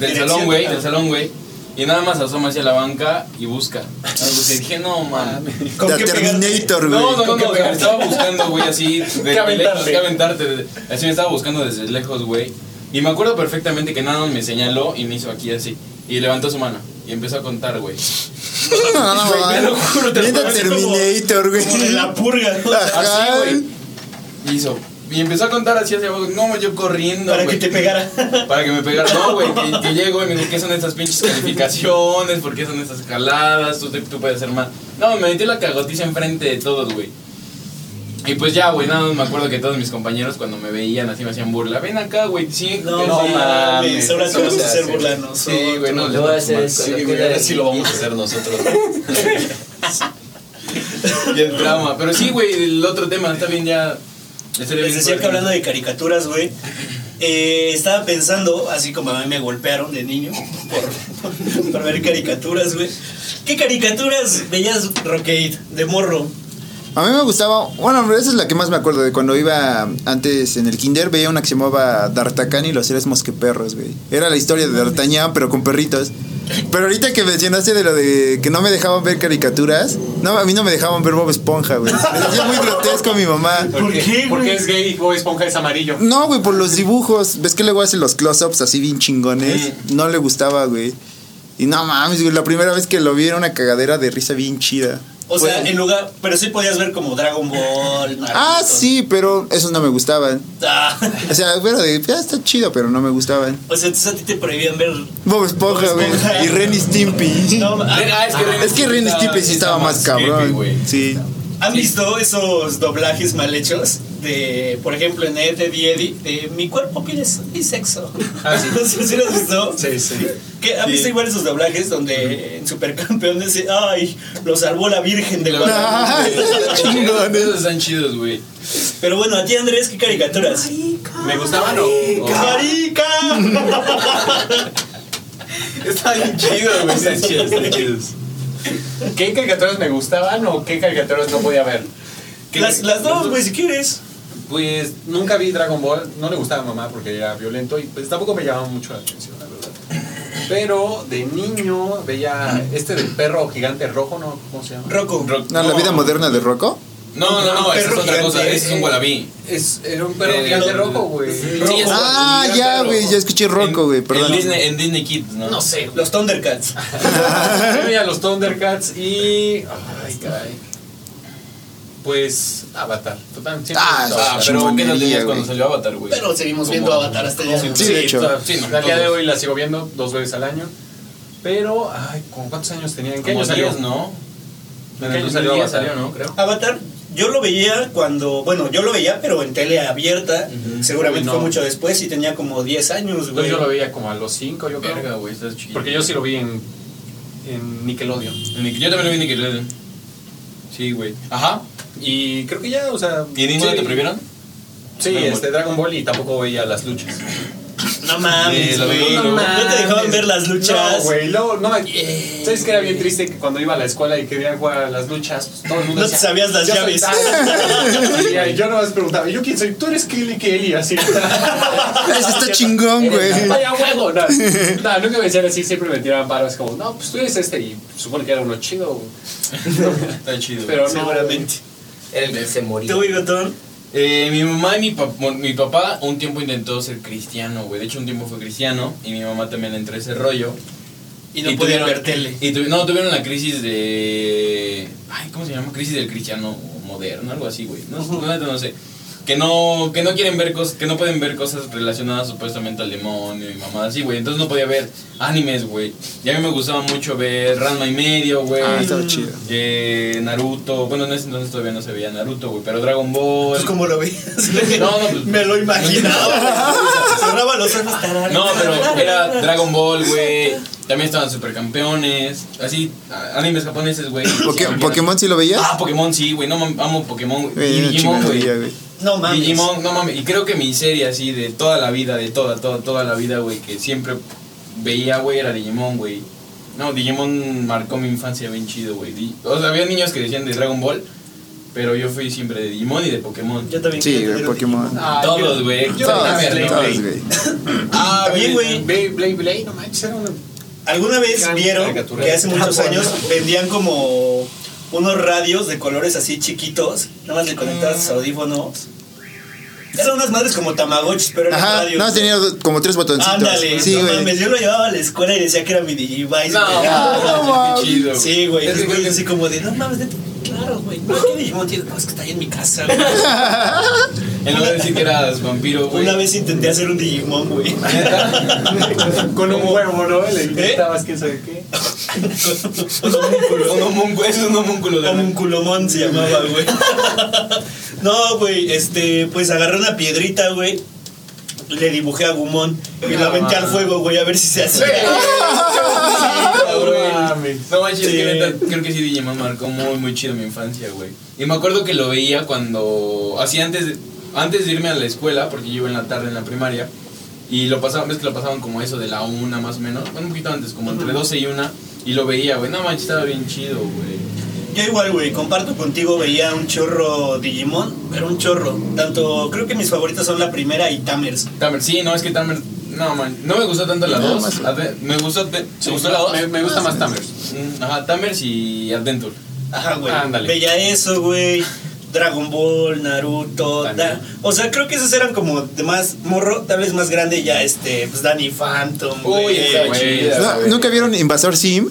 Del
Dirección.
salón, güey.
Ah.
Del salón, güey. Y nada más asoma hacia la banca y busca. Algo que dije, no, mames.
¿Con
The
qué pegarte?
Terminator, güey.
No, no, no,
Ah, ¿Con qué
no,
pegarte?
estaba buscando, güey, así de, de
aventarte?
lejos, que aventarte. de- Así me estaba buscando desde lejos, güey. Y me acuerdo perfectamente que nada más me señaló y me hizo aquí así. Y levantó su mano y empezó a contar, güey.
No, no,
Güey, te lo juro, te lo
Bien
juro, así como-
Terminator, güey.
Como de la purga. ¿no? O sea,
Así,
Ajá.
güey. Y hizo. Y empezó a contar así hacia abajo. No, yo corriendo,
para
güey.
que te pegara.
Para que me pegara. No, güey, que, que llego y me dijo, ¿qué son estas pinches calificaciones? ¿Por qué son estas jaladas? Tú, te- tú puedes hacer más. No, me metió la cagotiza enfrente de todos, güey. Y pues ya, güey, nada más me acuerdo que todos mis compañeros cuando me veían así me hacían burla. Ven acá, güey, sí.
No,
no,
mames, ahora
eso
te vas
se
a hacer
hace.
burla, ¿no?
Sí, güey, no.
Lo
les
voy a
va
hacer
tomar.
eso.
Sí, güey, ahora sí lo vamos a hacer nosotros.
Y el drama. Pero sí, güey, el otro tema está bien ya. estaría
Les
bien
decía
fuerte.
que hablando de caricaturas, güey. eh, estaba pensando, así como a mí me golpearon de niño por, por ver caricaturas, güey. ¿Qué caricaturas veías, Rockade, de morro?
A mí me gustaba, bueno, pero esa es la que más me acuerdo de cuando iba antes en el kinder, veía una que se llamaba D'Artagnan y los tres mosqueperros, güey. Era la historia de D'Artagnan, pero con perritos. Pero ahorita que mencionaste de lo de que no me dejaban ver caricaturas, no, a mí no me dejaban ver Bob Esponja, güey. Me decía muy grotesco mi mamá.
¿Por qué, güey?
Porque es gay y Bob Esponja es amarillo.
No, güey, por los dibujos. ¿Ves que luego hace los close-ups así bien chingones? No le gustaba, güey. Y no mames, güey, la primera vez que lo vi era una cagadera de risa bien chida.
O sea, en lugar. Pero sí podías ver como Dragon Ball. Naruto.
Ah, sí, pero esos no me gustaban.
Ah,
O sea, bueno, de, ya está chido, pero no me gustaban.
o sea, entonces a ti te prohibían ver.
Bob Esponja,
Bob
güey.
Esponja.
Y Ren y Stimpy.
No, ma-
Ah, es que Ren y
es que Ren y Stimpy sí estaba más
creepy,
cabrón.
güey.
Sí.
¿Han visto esos doblajes mal hechos? De, por ejemplo, en Ed, Ed y Eddie, de mi cuerpo, piel y sexo.
Ah, sí.
¿Sí, sí lo has visto?
Sí, sí.
¿Qué? ¿Han
Sí.
visto igual esos doblajes donde en Supercampeón dice, ay, lo salvó la Virgen de Guadalupe?
Ah, chingón.
eh.
Esos están chidos, güey.
Pero bueno, a ti Andrés, ¿qué caricaturas?
¿Me gustaban o.?
¡Carica!
Están chidos, güey. Están chidos, están chidos.
¿Qué caricaturas me gustaban o qué caricaturas no podía ver?
¿Qué-
Las, las dos, güey, si quieres.
Pues nunca vi Dragon Ball, no le gustaba a mamá porque era violento y pues tampoco me llamaba mucho la atención, la verdad. Pero de niño veía este del perro gigante rojo, ¿no? ¿Cómo se llama?
Rocco.
No, la vida moderna de Rocco.
No, no, no,
Un
esa es
perro
otra cosa.
gigante.
Ese es un gualabí.
Eh, Es, era un perro
Eh,
gigante
el-
rojo, güey.
Sí,
Rojo.
es un
Ah,
gualabí,
ya,
pero-
güey, ya escuché Rocco,
En-
güey,
En
perdón.
Disney, en Disney Kids, ¿no?
No sé, güey.
Los Thundercats.
Yo veía los Thundercats y. Ay, caray. Pues Avatar. Total, siempre
Ah,
me gustaba
Ah,
Avatar.
pero ¿qué no
Chingonería,
tenías
güey.
cuando salió Avatar, güey?
Pero seguimos viendo
Como-
Avatar hasta allá.
Sí, de hecho.
Sí, no,
Al día de
todos.
hoy la sigo viendo dos veces al año. Pero, ay, ¿con cuántos años tenía? ¿En qué
Como
año salió?
10, ¿no?
¿En
En
qué
el
año salió
2010
Avatar?
salió, ¿no? Creo.
Avatar, yo lo veía cuando, bueno, yo lo veía, pero en tele abierta,
Ujú.
seguramente
Uy, no.
fue mucho después y tenía como 10 años,
Pues
güey.
yo lo veía como a los 5, yo creo.
Verga, güey, estás chido.
Porque yo sí lo vi en, en Nickelodeon.
Nick- Yo también lo vi en Nickelodeon. Sí, güey. Ajá.
Y creo que ya, o sea.
¿Y en Disney
sí.
te prohibieron?
Sí,
Dragon
este, Dragon Ball y tampoco veía las luchas.
No mames,
Sí, lo
güey.
vi,
No,
lo vi.
te dejaban ver las luchas.
No, güey, luego, no. ¿Sabes que era bien triste que cuando iba a la escuela y quería jugar a las luchas, pues, todo el mundo.
No te
decía,
sabías las
"Yo soy
llaves".
tal. Sí, y yo nomás preguntaba, ¿yo quién soy? Tú eres Kelly Kelly, así.
Ese está chingón, güey.
Eres- Vaya huevo, no. No, nunca me decían así, siempre me tiraban paros como, no, pues tú eres este, y supone que era uno chido, güey.
Está chido.
pero no.
Seguramente.
Era el que se moría.
Tú, bigotón.
Eh, mi mamá y mi, pap- bueno, mi papá un tiempo intentó ser cristiano, güey. De hecho, un tiempo fue cristiano y mi mamá también le entró ese rollo.
Y no podían
tuvieron-
ver tele.
Y tuvi- no, tuvieron la crisis de... Ay, ¿cómo se llama? Crisis del cristiano moderno, algo así, güey. No, no, no sé. Que no, que no quieren ver cosas, que no pueden ver cosas relacionadas supuestamente al demonio y mamá así, güey. Entonces no podía ver animes, güey. Y a mí me gustaba mucho ver Ranma y medio, güey.
Ah, estaba chido.
Eh, Naruto, bueno, en ese entonces todavía no se veía Naruto, güey, pero Dragon Ball.
Pues como lo veías.
No, no, pues-
Me lo imaginaba. Cerraba los ojos. tarara.
No, pero era Dragon Ball, güey. También estaban Supercampeones, así, a- animes japoneses, güey.
Poké-
Sí,
¿Pokémon sí lo veías?
Ah, Pokémon sí, güey. No mames, amo Pokémon, güey.
Güey,
Y
era una
Digimon, güey.
chingonería, güey.
No mames.
Digimon, no mames. Y creo que mi serie así de toda la vida, de toda, toda, toda la vida, güey, que siempre veía, güey, era Digimon, güey. No, Digimon marcó mi infancia bien chido, güey. Di- O sea, había niños que decían de Dragon Ball. Pero yo fui siempre de Digimon y de Pokémon.
Yo también
Sí,
quería tener
güey,
un
Pokémon.
Digimon.
Ah,
Todos, güey.
yo-
Todos,
Ah, Blade,
todos,
Blade.
güey.
Ah, bien, güey.
Blade, Blade, Blade, no manches, era una...
¿Alguna vez
Gran
vieron
caricatura.
que hace muchos
Japón.
años vendían como unos radios de colores así chiquitos? Nada más le conectabas tus audífonos. Eran unas madres como Tamagotchis, pero eran
Ajá,
radios.
no, tenía como tres botoncitos.
Ándale,
sí,
no
güey.
mames, yo lo llevaba a la escuela y decía que era mi Digivice. güey.
no, mames.
qué chido.
Sí, güey.
Es
Y
que
güey,
creo que-
así como de, no mames, neta, claro, güey. No, ¿qué Digimon tiene? No, es que está ahí en mi casa, güey.
En lugar de decir que eras vampiro, güey.
Una vez intenté hacer un Digimon, güey. ¿Eh?
Con un huevo, ¿no? Le
gritabas
gritabas quién sabe qué.
Con un homúnculo.
Un homúnculo, es un homúnculo de
Homunculomón se llamaba, güey. No, güey, este, pues agarré una piedrita, güey. Le dibujé a Gumón y la aventé
Ah.
al fuego, güey, a ver si se hacía.
No manches,
Sí.
que neta, creo que sí Digimon marcó muy, muy chido mi infancia, güey. Y me acuerdo que lo veía cuando, así antes de, antes de irme a la escuela, porque yo iba en la tarde en la primaria, y lo pasaban, ves que lo pasaban como eso de la una más o menos, bueno, un poquito antes, como entre 12 y una, y lo veía, güey, no manches, estaba bien chido, güey.
Yo igual, güey, comparto contigo, veía un chorro Digimon, pero un chorro. Tanto, creo que mis favoritos son la primera y Tamers.
Tamer, sí, no, es que Tamer, no man, no me gustó tanto la
No,
dos,
más-
Adve- me gustó, te- ¿te gustó la dos?
Me, me gusta más Tamers.
Mm, Ajá, Tamers y Adventure.
Ajá, güey.
Ándale.
Veía eso, güey. Dragon Ball, Naruto,
También.
da- o sea, creo que esos eran como de más morro, tal vez más grande ya, este, pues Danny Phantom,
Uy,
güey.
esa chida.
No,
güey.
¿Nunca vieron Invasor Sim?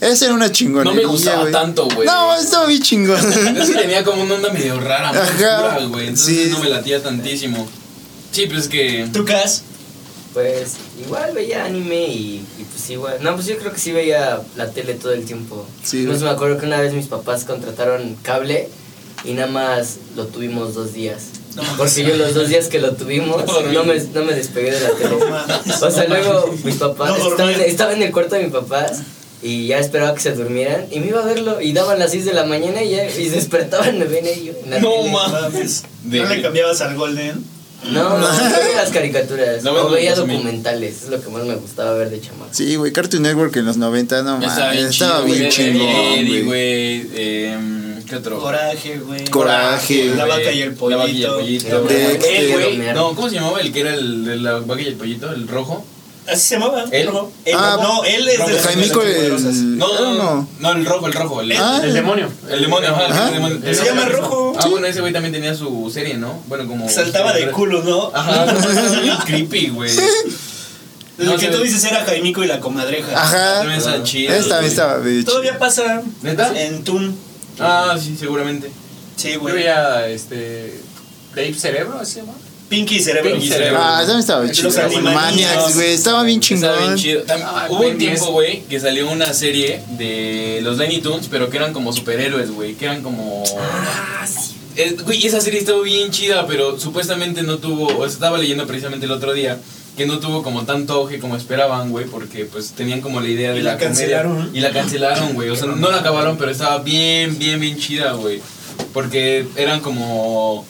Esa era una chingona.
No me gustaba tanto, güey.
No, estaba bien chingón.
Es que tenía como una onda medio rara, muy
Ajá.
oscura, güey. Entonces
Sí.
no me latía tantísimo. Sí, pues es que.
¿Tú, Cas?
Pues igual veía anime y, y pues igual. No, pues yo creo que sí veía la tele todo el tiempo.
Sí,
No
güey.
me acuerdo que una vez mis papás contrataron cable y nada más lo tuvimos dos días. Porque yo los dos días que lo tuvimos
No dormí.
no me, no me despegué de la tele.
mames.
O sea,
No
luego mis papás
No dormí.
estaban, estaba en el cuarto de mis papás y ya esperaba que se durmieran y me iba a verlo y daban las 6 de la mañana y, ya, y se despertaban me ven ellos. en la
No
tele.
ma-
Mames.
Ah, pues, De-
Ah, pues, ¿No le cambiabas al Golden?
No, no, yo veía las caricaturas.
No,
No,
bueno,
veía
pues a mí.
documentales. Es lo que más me gustaba ver de chamaco.
Sí, güey, Cartoon Network en los 90, no mames.
estaba bien
Estaba
chido,
bien
güey. Eddie,
chingón, güey.
güey. em, ¿Qué otro?
Coraje, güey.
Coraje,
La
güey.
vaca y el
La vaca y el
pollito.
pollito.
Dexter.
Eh, güey,
Homero.
No, ¿cómo se llamaba el que era el de la vaca y el pollito? ¿El rojo?
Así se llamaba.
¿Él?
Rojo. Él,
Ah,
no, él es de las
Jaimico
Mujeres Poderosas.
el.
No, no,
no.
no. No, el rojo, el rojo. El,
Ah.
El demonio.
el demonio, ajá. el
Ajá.
demonio.
Se llama Rojo.
Ah,
Sí.
bueno, ese güey también tenía su serie, ¿no? Bueno, como.
Saltaba de culo, ¿no?
Ajá, bien creepy, güey.
Lo
No
que
sé.
tú dices era Jaimico y la comadreja.
También
Ajá.
estaba chido.
Esta
güey.
estaba bien chida.
Todavía pasa
¿Neta?
en Tun.
Ah, sí, seguramente.
Sí,
Yo
güey.
veía este. Dave Cerebro, así se llama.
Pinky y Cerebro.
Pinky y Cerebro.
Ah, esa estaba bien
Los
chida. güey.
Animaniacs.
Maniacs, güey. Estaba bien chingón.
Está bien chido. Tam-
Ah,
Hubo
Ben
un tiempo,
10.
güey, que salió una serie de los Looney Tunes, pero que eran como superhéroes, güey, que eran como...
Ah.
Es- Güey, esa serie estaba bien chida, pero supuestamente no tuvo, o sea, estaba leyendo precisamente el otro día, que no tuvo como tanto auge como esperaban, güey, porque pues tenían como la idea
Y
de
la
la, comedia.
cancelaron.
Y la cancelaron, güey, o sea, no la acabaron, pero estaba bien, bien, bien chida, güey, porque eran como...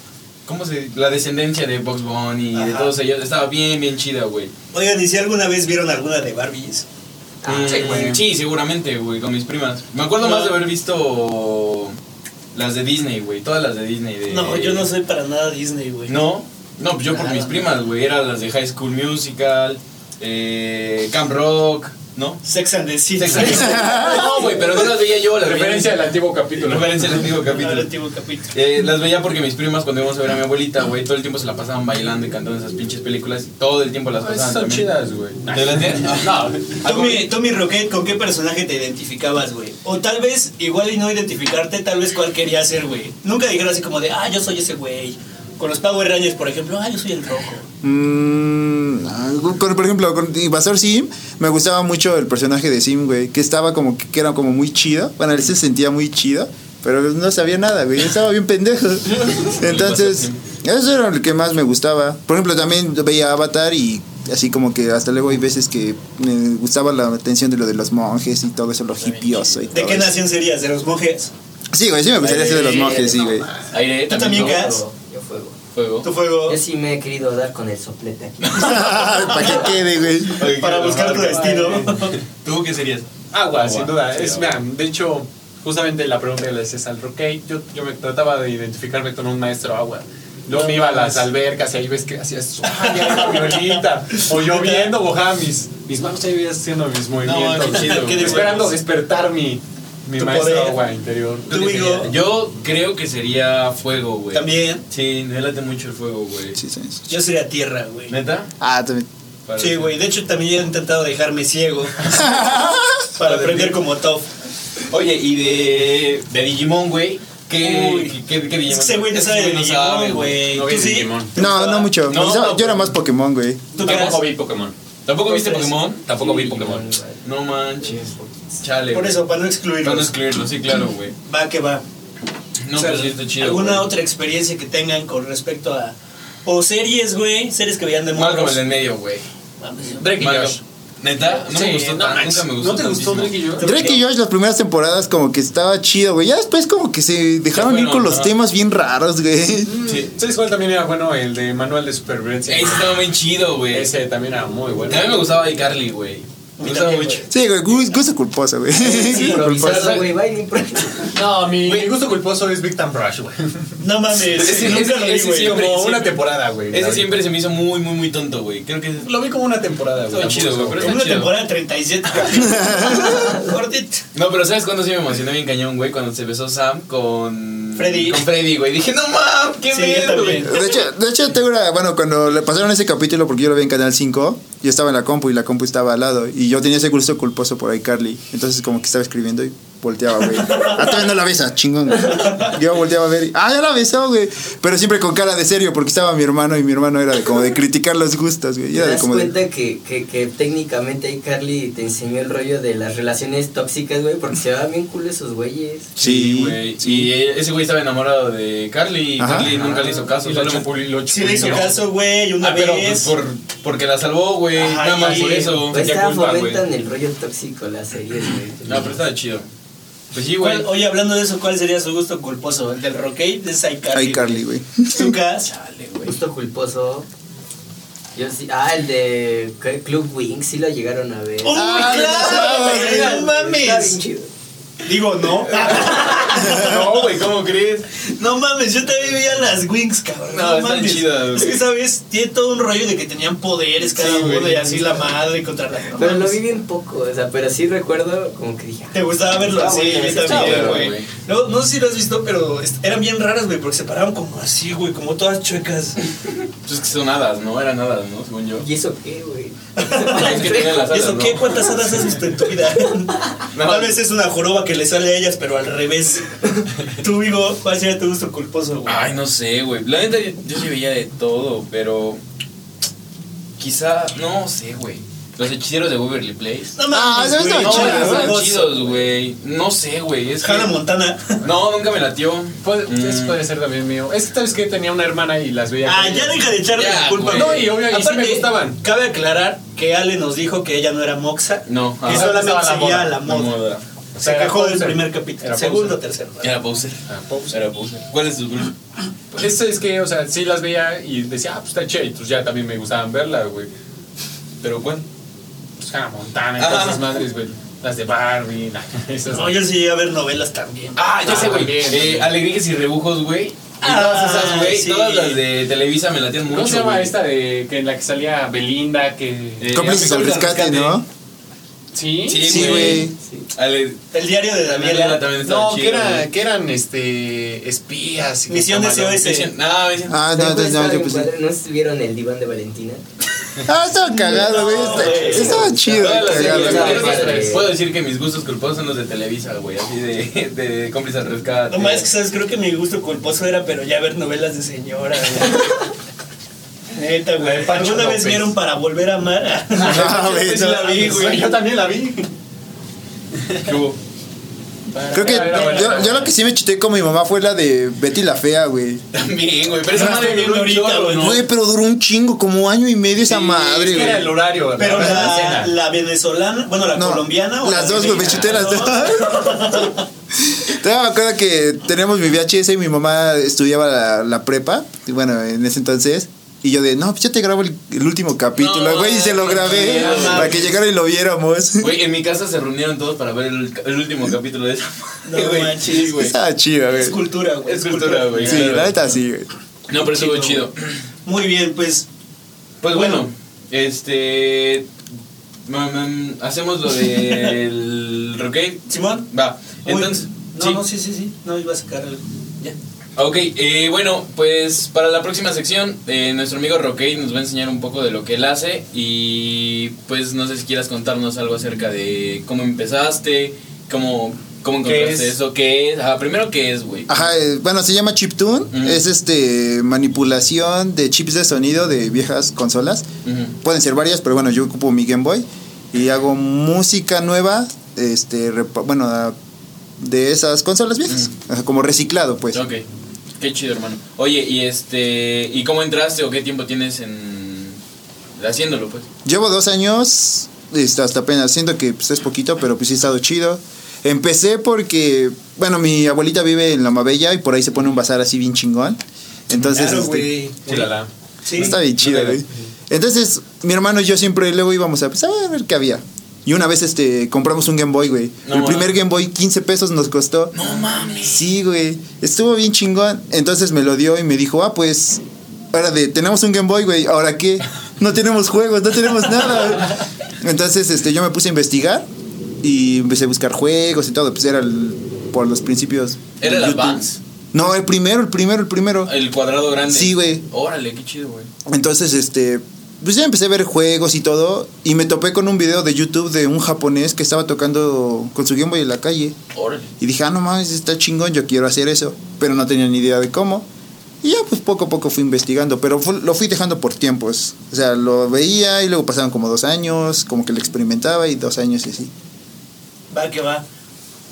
¿Cómo se...? La descendencia de Box Bunny y de
Ajá.
todos ellos. Estaba bien, bien chida, güey.
Oigan, ¿y si alguna vez vieron alguna de Barbies?
Ah,
Mm,
güey.
Sí, seguramente, güey, con mis primas. Me acuerdo
No.
más de haber visto las de Disney, güey, todas las de Disney. De...
No, yo no soy para nada Disney, güey.
Eh, No, no, pues yo por
Nada.
mis primas, güey, eran las de High School Musical, eh, Camp Rock, ¿no?
Sex and the City.
Sex and the City. no, güey, pero no las veía yo. Las veía-
Referencia al antiguo capítulo.
Referencia al antiguo
No, el
capítulo.
antiguo capítulo.
Eh, las veía porque mis primas cuando íbamos a ver a mi abuelita, güey, todo el tiempo se la pasaban bailando y cantando esas pinches películas y todo el tiempo las
Ah,
pasaban
Son
también.
chidas, güey.
¿Te las tienes? Ah, no.
Tommy, Tommy Rocket, ¿con qué personaje te identificabas, güey? O tal vez, igual y no identificarte, tal vez cuál quería ser, güey. Nunca dijeras así como de, ah, yo soy ese güey. Con los Power Rangers, por ejemplo, ah, yo soy el rojo.
Mm, ah, con- por ejemplo, con Invasor Sim, me gustaba mucho el personaje de Sim, güey, que estaba como que, que era como muy chido. Bueno, él se sentía muy chido, pero no sabía nada, güey, estaba bien pendejo. Entonces, eso era el que más me gustaba. Por ejemplo, también veía Avatar y así como que hasta luego hay veces que me gustaba la atención de lo de los monjes y todo eso, lo hipioso y
¿De
todo
qué
eso.
nación serías? ¿De los monjes?
Sí, güey, sí me gustaría ser de los
Sí,
monjes, sí,
no,
güey.
ma,
Aire,
¿Tú también,
¿no?
Gas?
Yo fuego.
Fuego.
Tu fuego.
Yo sí me he querido dar con el soplete aquí.
Para que quede, güey.
Para buscar tu destino.
¿Tú qué serías?
Agua,
Agua,
sin duda.
sí,
es,
agua.
vean, de hecho, justamente la pregunta que le decías al Roque, yo, yo me trataba de identificarme con un maestro agua. Luego me iba a las albercas y ahí ves que hacía su violita. O lloviendo, mojaba mis, mis manos ahí haciendo mis movimientos.
qué chido, güey.
esperando despertar mi, mi
Tu
maestro
poder.
agua interior.
Tú,
¿Qué sería?
Vigo.
Yo creo que sería fuego, güey.
También.
Sí, me late mucho el fuego, güey.
Sí, sí, sí.
Yo sería tierra, güey.
¿Neta?
Ah, también.
Sí, güey. De hecho, también ya he intentado dejarme ciego para aprender como top.
Oye, y de, de Digimon, güey.
Uy.
¿Qué, qué, qué, Digimon?
Es que ese güey no sabe de
no
Digimon, güey.
No
¿Tú
vi
sí?
Digimon.
¿Te
No,
gustaba?
no mucho.
No,
Yo-
no,
yo era más Pokémon, güey.
¿Tú qué eras?
Tampoco vi Pokémon.
¿Tampoco viste
Entonces,
Pokémon? Tampoco vi
sí,
Pokémon.
igual.
No manches. Chale.
Por
güey.
eso, para no
Para no
excluirlos.
excluirlo, sí, claro, güey.
Va que va.
No,
O sea,
pero sí está chido.
¿Alguna
güey.
otra experiencia que tengan con respecto a... O series, güey, series que veían de
Malcolm
morros.
el del medio, güey.
Mames, yo-
Drake y
Malcolm.
Josh.
¿Neta? No me
Sí,
gustó
no
tan-
manches.
Nunca me gustó
¿No te gustó
tantísimo.
Drake y Josh?
Drake y Josh, las primeras temporadas, como que estaba chido, güey. Ya después, como que se dejaron ir
fueron,
con los
¿no?
temas bien raros, güey.
Sí.
¿Sabes cuál también era bueno? El de Manual de Supervivencia.
Ese estaba bien chido, güey.
Ese también era muy bueno.
También me gustaba de Carly, güey. Me
mí
gustaba
también,
mucho.
Sí, güey, gu- gusto culposo, güey. Gusto culposo.
Improvisado, güey, baile improvisado.
No, mi, mi gusto culposo es Victim Rush, güey.
No mames,
Ese-
nunca
ese-
lo vi,
ese
güey.
siempre-
Como una temporada, güey. La
Ese
vi.
siempre se me hizo muy, muy, muy tonto, güey. Creo que...
Lo vi como una temporada, güey.
Estaba chido, güey, pero
En una
chido.
temporada de 37. Gordito.
No, pero ¿sabes cuándo sí me emocioné bien cañón, güey? Cuando se besó Sam con...
Freddy.
Con Freddy, güey. Dije, no mames, qué
Sí, yo
miedo, güey.
también.
De hecho, de hecho, tengo una- bueno, cuando le pasaron ese capítulo, porque yo lo vi en Canal 5, yo estaba en la compu y la compu estaba al lado. Y yo tenía ese gusto culposo por ahí, Carly. Entonces, como que estaba escribiendo y volteaba, güey. Ah, todavía no la besa, chingón. güey. Yo volteaba a ver y, ah, ya la besó, güey. Pero siempre con cara de serio, porque estaba mi hermano y mi hermano era de como de criticar los gustos, güey. Y
¿Te
era de
das
como de-
cuenta que, que, que técnicamente ahí Carly te enseñó el rollo de las relaciones tóxicas, güey? Porque se va bien cool esos güeyes.
Sí,
güey. Y e, ese güey estaba enamorado de Carly y
Ajá.
Carly nunca le hizo caso.
Y lo
solo-
chupuli- lo
Sí le hizo
chupulineó.
caso, güey, una
Ah, pero pues,
vez.
por, porque la salvó, güey.
Ajá,
Nada más
y-
por eso.
Pues
Qué
estaba
culpa, güey.
fomentan el rollo tóxico las series, güey.
No, pero estaba chido. Pues sí, güey.
¿Cuál- Oye, hablando de eso, ¿cuál sería su gusto culposo? ¿El del Rockade? De Saikarly.
Ay, Carly, güey.
Lucas. Chale, güey.
Gusto culposo. Yo sí, ah, el de C- Club Wings, sí lo llegaron a ver.
¡Uy,
Ah,
claro!
no
güey,
mames.
¡No
Está bien
mames!
chido.
Digo, no.
No, güey, ¿cómo crees?
No mames, yo también veía las Wings, cabrón.
No, están
mames.
chidas, güey.
Es que, ¿sabes? Tiene todo un rollo de que tenían poderes cada
Sí, güey.
uno y así la madre contra la... no
Pero lo
mames.
vi bien poco, o sea, pero sí recuerdo como que dije.
¿Te gustaba verlo?
Ah,
Sí,
güey,
yo
está
también,
chido,
güey.
güey.
No, no sé si lo has visto, pero est- eran bien raras, güey, porque se paraban como así, güey, como todas chuecas.
Pues es que son hadas, ¿no? Eran hadas, ¿no? Según yo.
¿Y eso qué, güey?
Es que tenía las
¿Y
hadas,
¿Eso
¿no?
qué? ¿Cuántas hadas has visto en tu vida? Tal vez es una joroba que le sale a ellas, pero al revés. Tú, digo, ¿cuál sería tu gusto culposo, güey?
Ay, no sé, güey. La neta, yo, yo sí veía de todo, pero. Quizá. No sé, güey. Los hechiceros de Waverly Place.
No
Ah,
mames,
eso
güey,
está
No,
chido,
era
¿no?
eran
hermoso.
chidos, güey. No sé, güey. Es que-
Hannah Montana.
No, nunca me latió.
Puede- Eso
Mm.
puede ser también mío. Es que sabes que tenía una hermana y las veía.
Ah,
con
ya
ella.
deja de echarle
Ya,
la culpa.
güey.
güey.
No, y obvio, y sí me gustaban.
Cabe aclarar que Ale nos dijo que ella no era moxa.
No,
Que
ah,
solamente
estaba la
seguía
moda.
la moda.
La moda.
Se
Era
quejó del
Bowser.
primer capítulo.
Era
Segundo,
Bowser.
tercero.
Era Bowser.
Ah, pues, Pops.
Era Bowser. ¿Cuál es tu grupo?
Eso es que, o sea, sí las veía y decía, ah, pues está chévere. Pues ya también me gustaban verla, güey.
¿Pero cuál?
Pues Hannah Montana y todas
Ah.
esas madres, güey. Las de Barbie, nah, esas.
No, yo sí llegué a ver novelas también.
Ah, ya sé, güey.
también.
Eh, alegrías y rebujos, güey. Y
Ah,
todas esas, güey.
sí.
Todas las de Televisa me latían mucho.
¿Cómo se llama
güey.
esta de que en la que salía Belinda? Que.
Eh,
Cómplices al
Cómplices al
rescate, ¿no?
¿Sí?
Sí,
Sí, güey.
Ale-
El diario de
Daniela
Daniela.
también estaba
No, que,
chido,
era,
güey.
que eran este, espías. y
Misión
cosas malas.
SOS.
Dicen- No, dicen-
Ah, no, no, no, yo pensé.
¿No estuvieron el diván de Valentina?
Ah, estaba cagado, güey.
No,
Está-
güey.
Estaba chido.
Todas las
Cagado,
series,
cagado.
cagado,
creo que
madre.
Puedo decir que mis gustos culposos son los de Televisa, güey. Así de, de cómplices al rescate.
No más que sabes, creo que mi gusto culposo era, pero ya ver novelas de señora. güey. Neta, güey.
Pancho
¿Alguna vez
López.
vieron para volver a amar?
Ah, güey,
sí
no.
la vi, güey.
Sí, Yo también la vi.
¿Qué hubo?
Creo que
Era buena, era
yo, yo lo que sí me chuté con mi mamá fue la de Betty la Fea, güey.
También, güey. Pero esa
No,
madre
estoy
viene un
viendo ahorita,
chorro,
güey.
¿no?
Güey, pero duró un chingo, como año y medio esa
Sí,
madre,
Es que era
güey.
el horario.
Pero la,
escena.
la venezolana, bueno, la
No,
colombiana o
las
la
dos, güey, me
chilena,
chuté las
¿no?
dos. Todavía me acuerdo que teníamos mi VHS y mi mamá estudiaba la, la prepa, y bueno, en ese entonces. Y yo de, no, pues yo te grabo el, el último capítulo,
No,
güey, y se lo
no
grabé
mames.
para que llegara y lo viéramos.
Güey, en mi casa se reunieron todos para ver el, el último capítulo de esa.
No
madre, güey.
manches.
Sí, güey.
Estaba chido, güey.
Es cultura, güey.
Es cultura, güey.
Sí,
claro.
la neta sí, güey.
No, pero estuvo chido.
Muy bien, pues.
Pues bueno, este. mm, mm, Hacemos lo del. Rocket.
Simón.
Va.
muy-
Entonces.
No,
sí.
no, sí, sí, sí. No iba a sacar algo. Ya.
Ok, eh, bueno, pues para la próxima sección, eh, nuestro amigo Roque nos va a enseñar un poco de lo que él hace y pues no sé si quieras contarnos algo acerca de cómo empezaste, cómo, cómo
¿Qué
encontraste
es? Ah,
eso, qué es, ajá, primero qué es, güey.
Ajá, eh, bueno, se llama chiptune.
Ujú.
Es este manipulación de chips de sonido de viejas consolas.
Ujú.
Pueden ser varias, pero bueno, yo ocupo mi Game Boy y hago música nueva, este, repa- bueno, a- de esas consolas viejas,
Mm.
Ajá, como reciclado, pues.
Ok, qué chido, hermano. Oye, y este, ¿y cómo entraste o qué tiempo tienes en haciéndolo, pues?
Llevo dos años, este, hasta apenas, siento que pues, es poquito, pero pues sí ha estado chido. Empecé porque, bueno, mi abuelita vive en La Mabella y por ahí se pone un bazar así bien chingón. Entonces,
claro,
este,
güey.
Chulala.
Sí.
Está bien chido, güey. Entonces, mi hermano y yo siempre luego íbamos a, pues, a ver qué había. Y una vez este compramos un Game Boy, güey.
No
el
mames.
primer Game Boy, 15 pesos nos costó. No mames. Sí, güey. Estuvo bien chingón. Entonces me lo dio y me dijo, ah, pues, ahora de, tenemos un Game Boy, güey. ¿Ahora qué? No tenemos juegos, no tenemos nada. Entonces, este, yo me puse a investigar y empecé a buscar juegos y todo. Pues era el- por los principios. de
¿Era el
YouTube.
Advance?
No, el primero, el primero, el primero.
El cuadrado grande.
Sí, güey.
Órale, qué chido, güey.
Entonces, este, pues ya empecé a ver juegos y todo. Y me topé con un video de YouTube de un japonés que estaba tocando con su Game Boy en la calle.
Órale.
Y dije, ah, no mames, está chingón, yo quiero hacer eso. Pero no tenía ni idea de cómo. Y ya, pues poco a poco fui investigando. Pero fu- lo fui dejando por tiempos. O sea, lo veía y luego pasaban como dos años, como que lo experimentaba y dos años y así.
Va que va.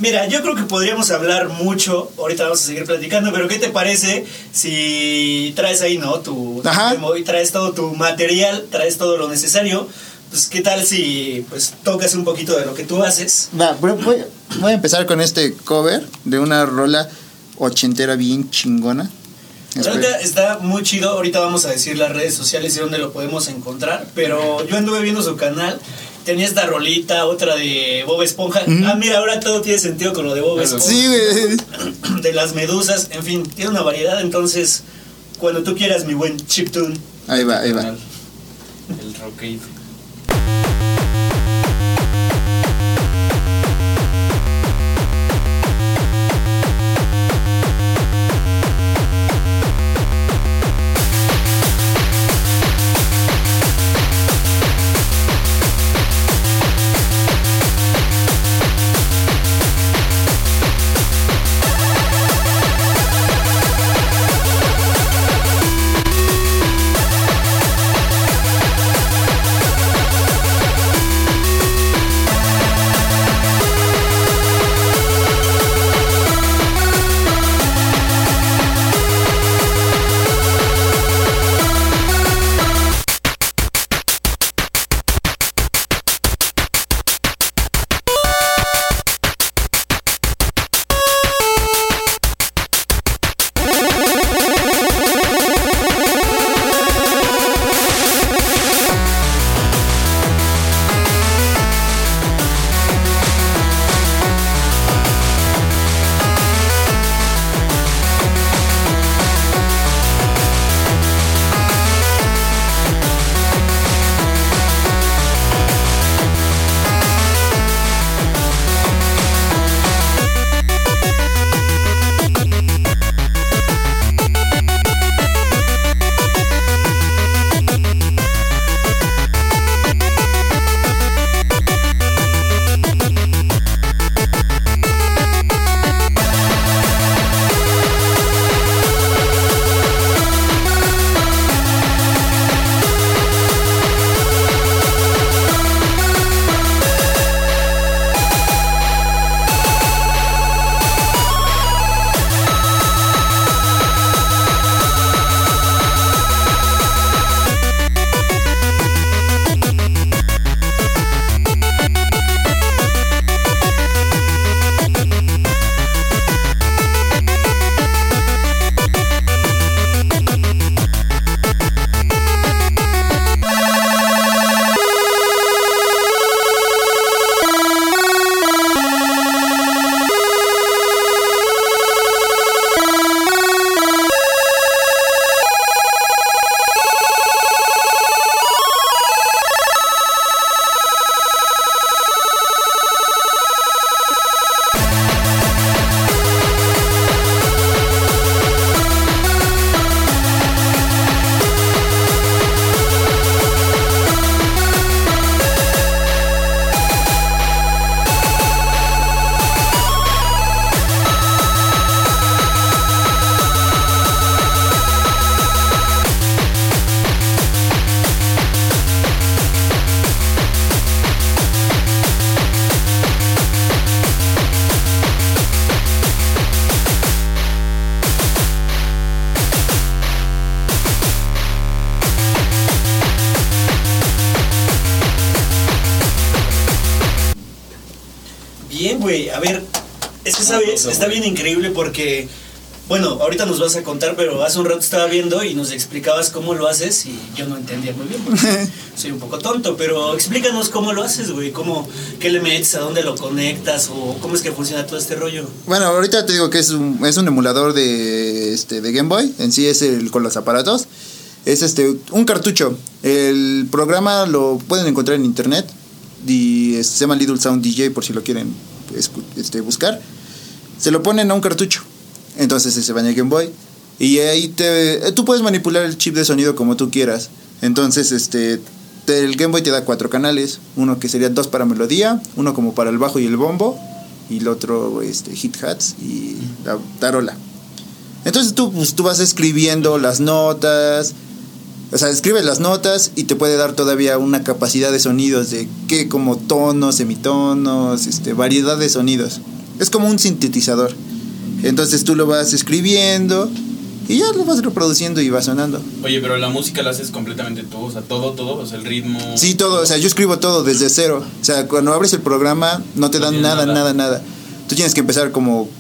Mira, yo creo que podríamos hablar mucho. Ahorita vamos a seguir platicando, pero ¿qué te parece si traes ahí, no? Tu, tu
Ajá.
Game Boy, traes todo tu material, traes todo lo necesario. Pues, ¿qué tal si pues tocas un poquito de lo que tú haces?
Va, pero voy, voy a empezar con este cover de una rola ochentera bien chingona.
La neta, está muy chido. Ahorita vamos a decir las redes sociales y dónde lo podemos encontrar. Pero yo anduve viendo su canal. Tenía esta rolita, otra de Bob Esponja.
Ujú.
Ah, mira, ahora todo tiene sentido con lo de Bob
Claro.
Esponja.
Sí, güey.
de las medusas, en fin, tiene una variedad, entonces cuando tú quieras mi buen chiptune.
Ahí va, ahí va.
El Rocket.
Thank
Bien, güey. A ver, es que sabes, está bien increíble porque, bueno, ahorita nos vas a contar, pero hace un rato estaba viendo y nos explicabas cómo lo haces y yo no entendía muy bien porque soy un poco tonto, pero explícanos cómo lo haces, güey. Cómo, qué le metes, a dónde lo conectas o cómo es que funciona todo este rollo.
Bueno, ahorita te digo que es un, es un emulador de, este, de Game Boy. En sí es el con los aparatos. Es este un cartucho. El programa lo pueden encontrar en internet. Y este, se llama Little Sound DJ por si lo quieren escu- este, buscar. Se lo ponen a un cartucho. Entonces se va en el Game Boy. Y ahí te, eh, tú puedes manipular el chip de sonido como tú quieras. Entonces, este, te- el Game Boy te da cuatro canales. Uno que sería dos para melodía, uno como para el bajo y el bombo, y el otro este, hit hats y la tarola. Entonces tú, pues, tú vas escribiendo las notas. O sea, escribes las notas y te puede dar todavía una capacidad de sonidos de qué, como tonos, semitonos, este, variedad de sonidos. Es como un sintetizador. Entonces tú lo vas escribiendo y ya lo vas reproduciendo y va sonando.
Oye, pero la música la haces completamente tú, o sea, todo, todo, o sea, el ritmo.
Sí, todo, o sea, yo escribo todo desde cero. O sea, cuando abres el programa no te
No
dan
tiene
nada, nada,
nada.
nada. Tú tienes que empezar como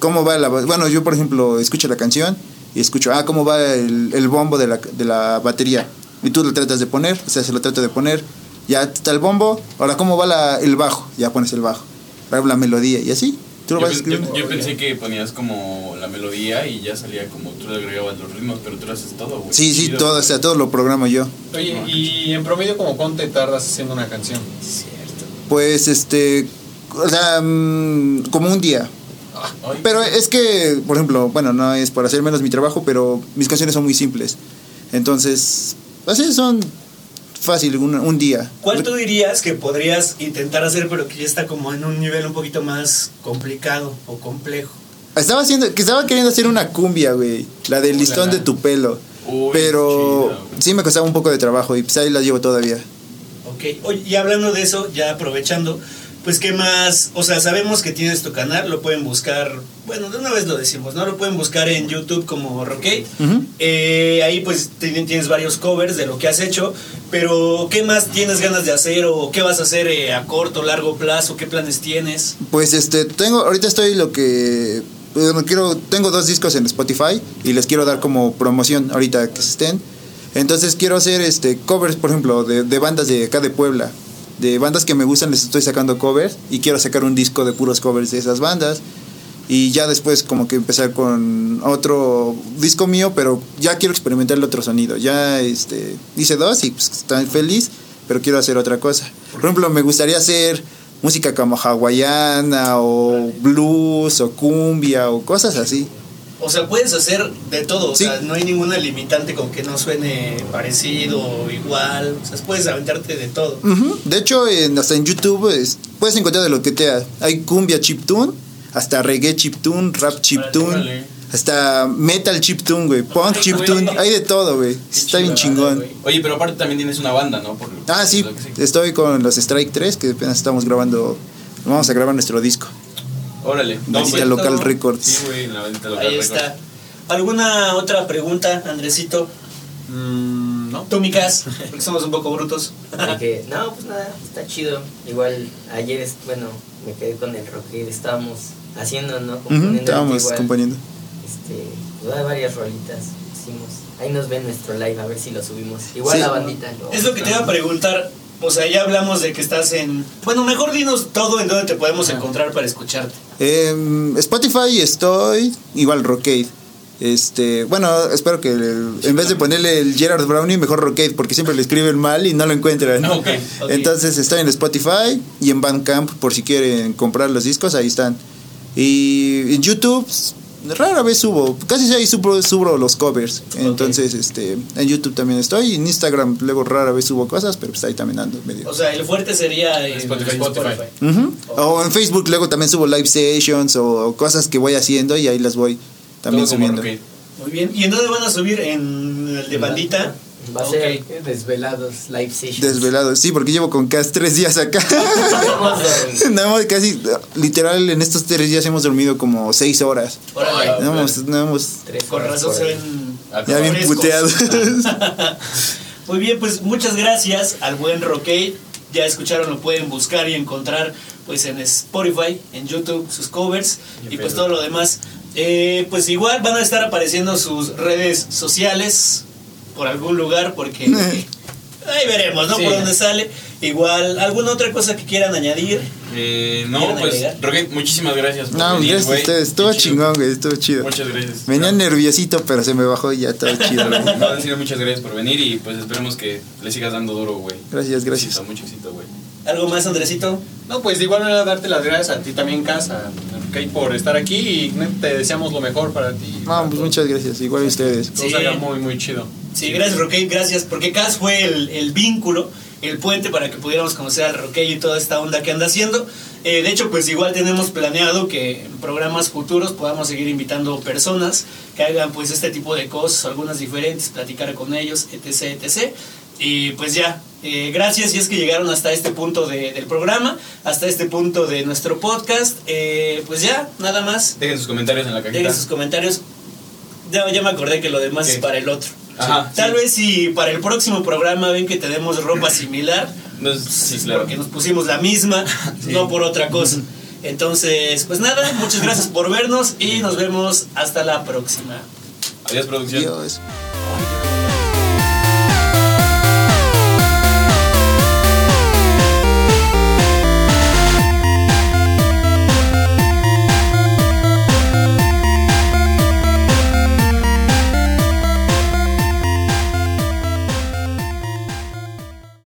cómo va la ba- bueno, yo por ejemplo escucho la canción y escucho ah cómo va el, el bombo de la, de la batería y tú lo tratas de poner, o sea, se lo trato de poner. Ya está el bombo, ahora cómo va la- el bajo, ya pones el bajo. Ahora la melodía y así. Tú
Yo,
lo vas
pen- yo-
escribiendo.
yo pensé que ponías como la melodía y ya salía como tú le agregabas los ritmos, pero tú lo haces todo, güey.
Sí, sí,
Chido.
todo, o sea, todo lo programo yo.
Oye, y en promedio, ¿como cuánto te tardas haciendo una canción?
Cierto.
Pues este, o sea, mm, como un día.
Ay,
Pero es que, por ejemplo, bueno, no es por hacer menos mi trabajo, pero mis canciones son muy simples. Entonces, así son fácil, un, un día.
¿Cuál tú dirías que podrías intentar hacer, pero que ya está como en un nivel un poquito más complicado o complejo?
Estaba haciendo, que estaba queriendo hacer una cumbia, güey. La del
Ulala.
listón de tu pelo.
Uy,
pero
chida, güey.
sí me costaba un poco de trabajo y pues ahí la llevo todavía.
Ok, oye, y hablando de eso, ya aprovechando, pues qué más, o sea, sabemos que tienes tu canal, lo pueden buscar, bueno, de una vez lo decimos, ¿no? Lo pueden buscar en YouTube como Rockade.
Ujú.
Eh, ahí pues ten- tienes varios covers de lo que has hecho, pero ¿qué más tienes ganas de hacer o qué vas a hacer eh, a corto, largo plazo? ¿Qué planes tienes?
Pues este, tengo, ahorita estoy lo que. bueno, quiero, tengo dos discos en Spotify y les quiero dar como promoción ahorita que estén. Entonces quiero hacer este covers, por ejemplo, de, de bandas de acá de Puebla. De bandas que me gustan, les estoy sacando covers y quiero sacar un disco de puros covers de esas bandas. Y ya después como que empezar con otro disco mío, pero ya quiero experimentar el otro sonido. Ya este, hice dos y pues estoy feliz, pero quiero hacer otra cosa. Por ejemplo, me gustaría hacer música como hawaiana o blues o cumbia o cosas así.
O sea, puedes hacer de todo, o
Sí.
sea, no hay ninguna limitante con que no suene parecido o igual, o sea, puedes aventarte de todo.
Ujú. De hecho, en- hasta en YouTube es- puedes encontrar de lo que te ha- Hay cumbia chiptune, hasta reggae chiptune, rap chiptune,
órale.
hasta metal chiptune, güey, punk
Ay,
chiptune,
güey.
hay de todo, güey. Está bien chingón.
Oye, pero aparte también tienes una banda, ¿no? Por-
Ah, sí,
lo que sé.
estoy con los Strike 3 que apenas estamos grabando. Vamos a grabar nuestro disco.
Órale.
Bandita
pues,
Local
no.
Records.
Sí, güey, en la bandita local
Ahí
records.
está. ¿Alguna otra pregunta, Andresito?
Mm, no.
Tú, Micas, porque somos un poco brutos.
De que, no, pues nada, está chido. Igual ayer, es- bueno, me quedé con el rock que estábamos haciendo, ¿no?
Ujú, Estábamos
igual,
componiendo.
Este, pues, hay varias rolitas hicimos. Ahí nos ven nuestro live, a ver si lo subimos. Igual
Sí.
la bandita. lo-
Es lo que te iba a preguntar. O sea, ya hablamos de que estás en... Bueno, mejor dinos todo en dónde te podemos encontrar para escucharte.
Em, Spotify estoy, igual Rockade. Este, bueno, espero que el- en vez de ponerle el Gerard Browning, mejor Rockade, porque siempre le escriben mal y no lo encuentran.
Ok,
ok.
Entonces estoy en Spotify y en Bandcamp, por si quieren comprar los discos, ahí están. Y en YouTube, s- rara vez subo, casi ahí subo, subo los covers. Entonces, este, en YouTube también estoy, y en Instagram luego rara vez subo cosas, pero pues ahí también ando medio.
O sea, el fuerte sería en
Spotify, Spotify.
Ujú. O en Facebook luego también subo live sessions o cosas que voy haciendo y ahí las voy también
Todo como
subiendo.
Rocket.
Muy bien. ¿Y en dónde van a subir? ¿En el de bandita?
Va a ser
Ok.
desvelados, live sessions.
Desvelado, sí, porque llevo con Cas tres días acá.
Vamos a-
no, hemos casi, literal, en estos tres días hemos dormido como seis horas.
Órale.
Ah,
No
bueno.
hemos, no hemos-
tres
Con
horas
razón
por
se
ahí.
ven...
ya bien
Frescos.
puteados.
Muy bien, pues muchas gracias al buen Roque. Ya escucharon, lo pueden buscar y encontrar pues en Spotify, en YouTube, sus covers
Y en
y pues
Facebook.
todo lo demás. Eh, pues igual van a estar apareciendo sus redes sociales por algún lugar porque ahí veremos, ¿no?
Sí.
Por dónde sale. Igual, ¿alguna otra cosa que quieran añadir?
Eh, no,
¿Quieren
pues,
agregar?
Roque, muchísimas gracias. por
No,
venir,
gracias a
güey.
ustedes. Estuvo
Qué chido.
chingón, güey. Estuvo chido.
Muchas gracias.
Venía nerviosito, pero se me bajó y ya estaba chido. güey.
No, en serio, muchas gracias por venir y pues esperemos que le sigas dando duro, güey.
Gracias, gracias.
Éxito, mucho éxito, güey.
¿Algo más, Andresito?
No, pues de igual manera darte las gracias a ti también, casa, ok, por estar aquí y neta, te deseamos lo mejor para ti.
No, pues muchas gracias. Igual a ustedes.
Todo salga muy, muy chido.
Sí, gracias Roque, gracias, porque Cas fue el, el vínculo, el puente para que pudiéramos conocer al Roque y toda esta onda que anda haciendo. Eh, de hecho, pues igual tenemos planeado que en programas futuros podamos seguir invitando personas que hagan pues este tipo de cosas, algunas diferentes, platicar con ellos, etc, etc. Y pues ya, eh, gracias si es que llegaron hasta este punto de- del programa, hasta este punto de nuestro podcast. Eh, pues ya, nada más.
Dejen sus comentarios en la cajita.
Dejen sus comentarios. Ya, ya me acordé que lo demás
¿Qué?
es para el otro.
Ajá.
Tal vez si para el próximo programa ven que tenemos ropa similar,
No, sí, claro.
porque nos pusimos la misma, no por otra cosa. Entonces, pues nada, muchas gracias por vernos y nos vemos hasta la próxima.
Adiós, producción.
Dios.
Thank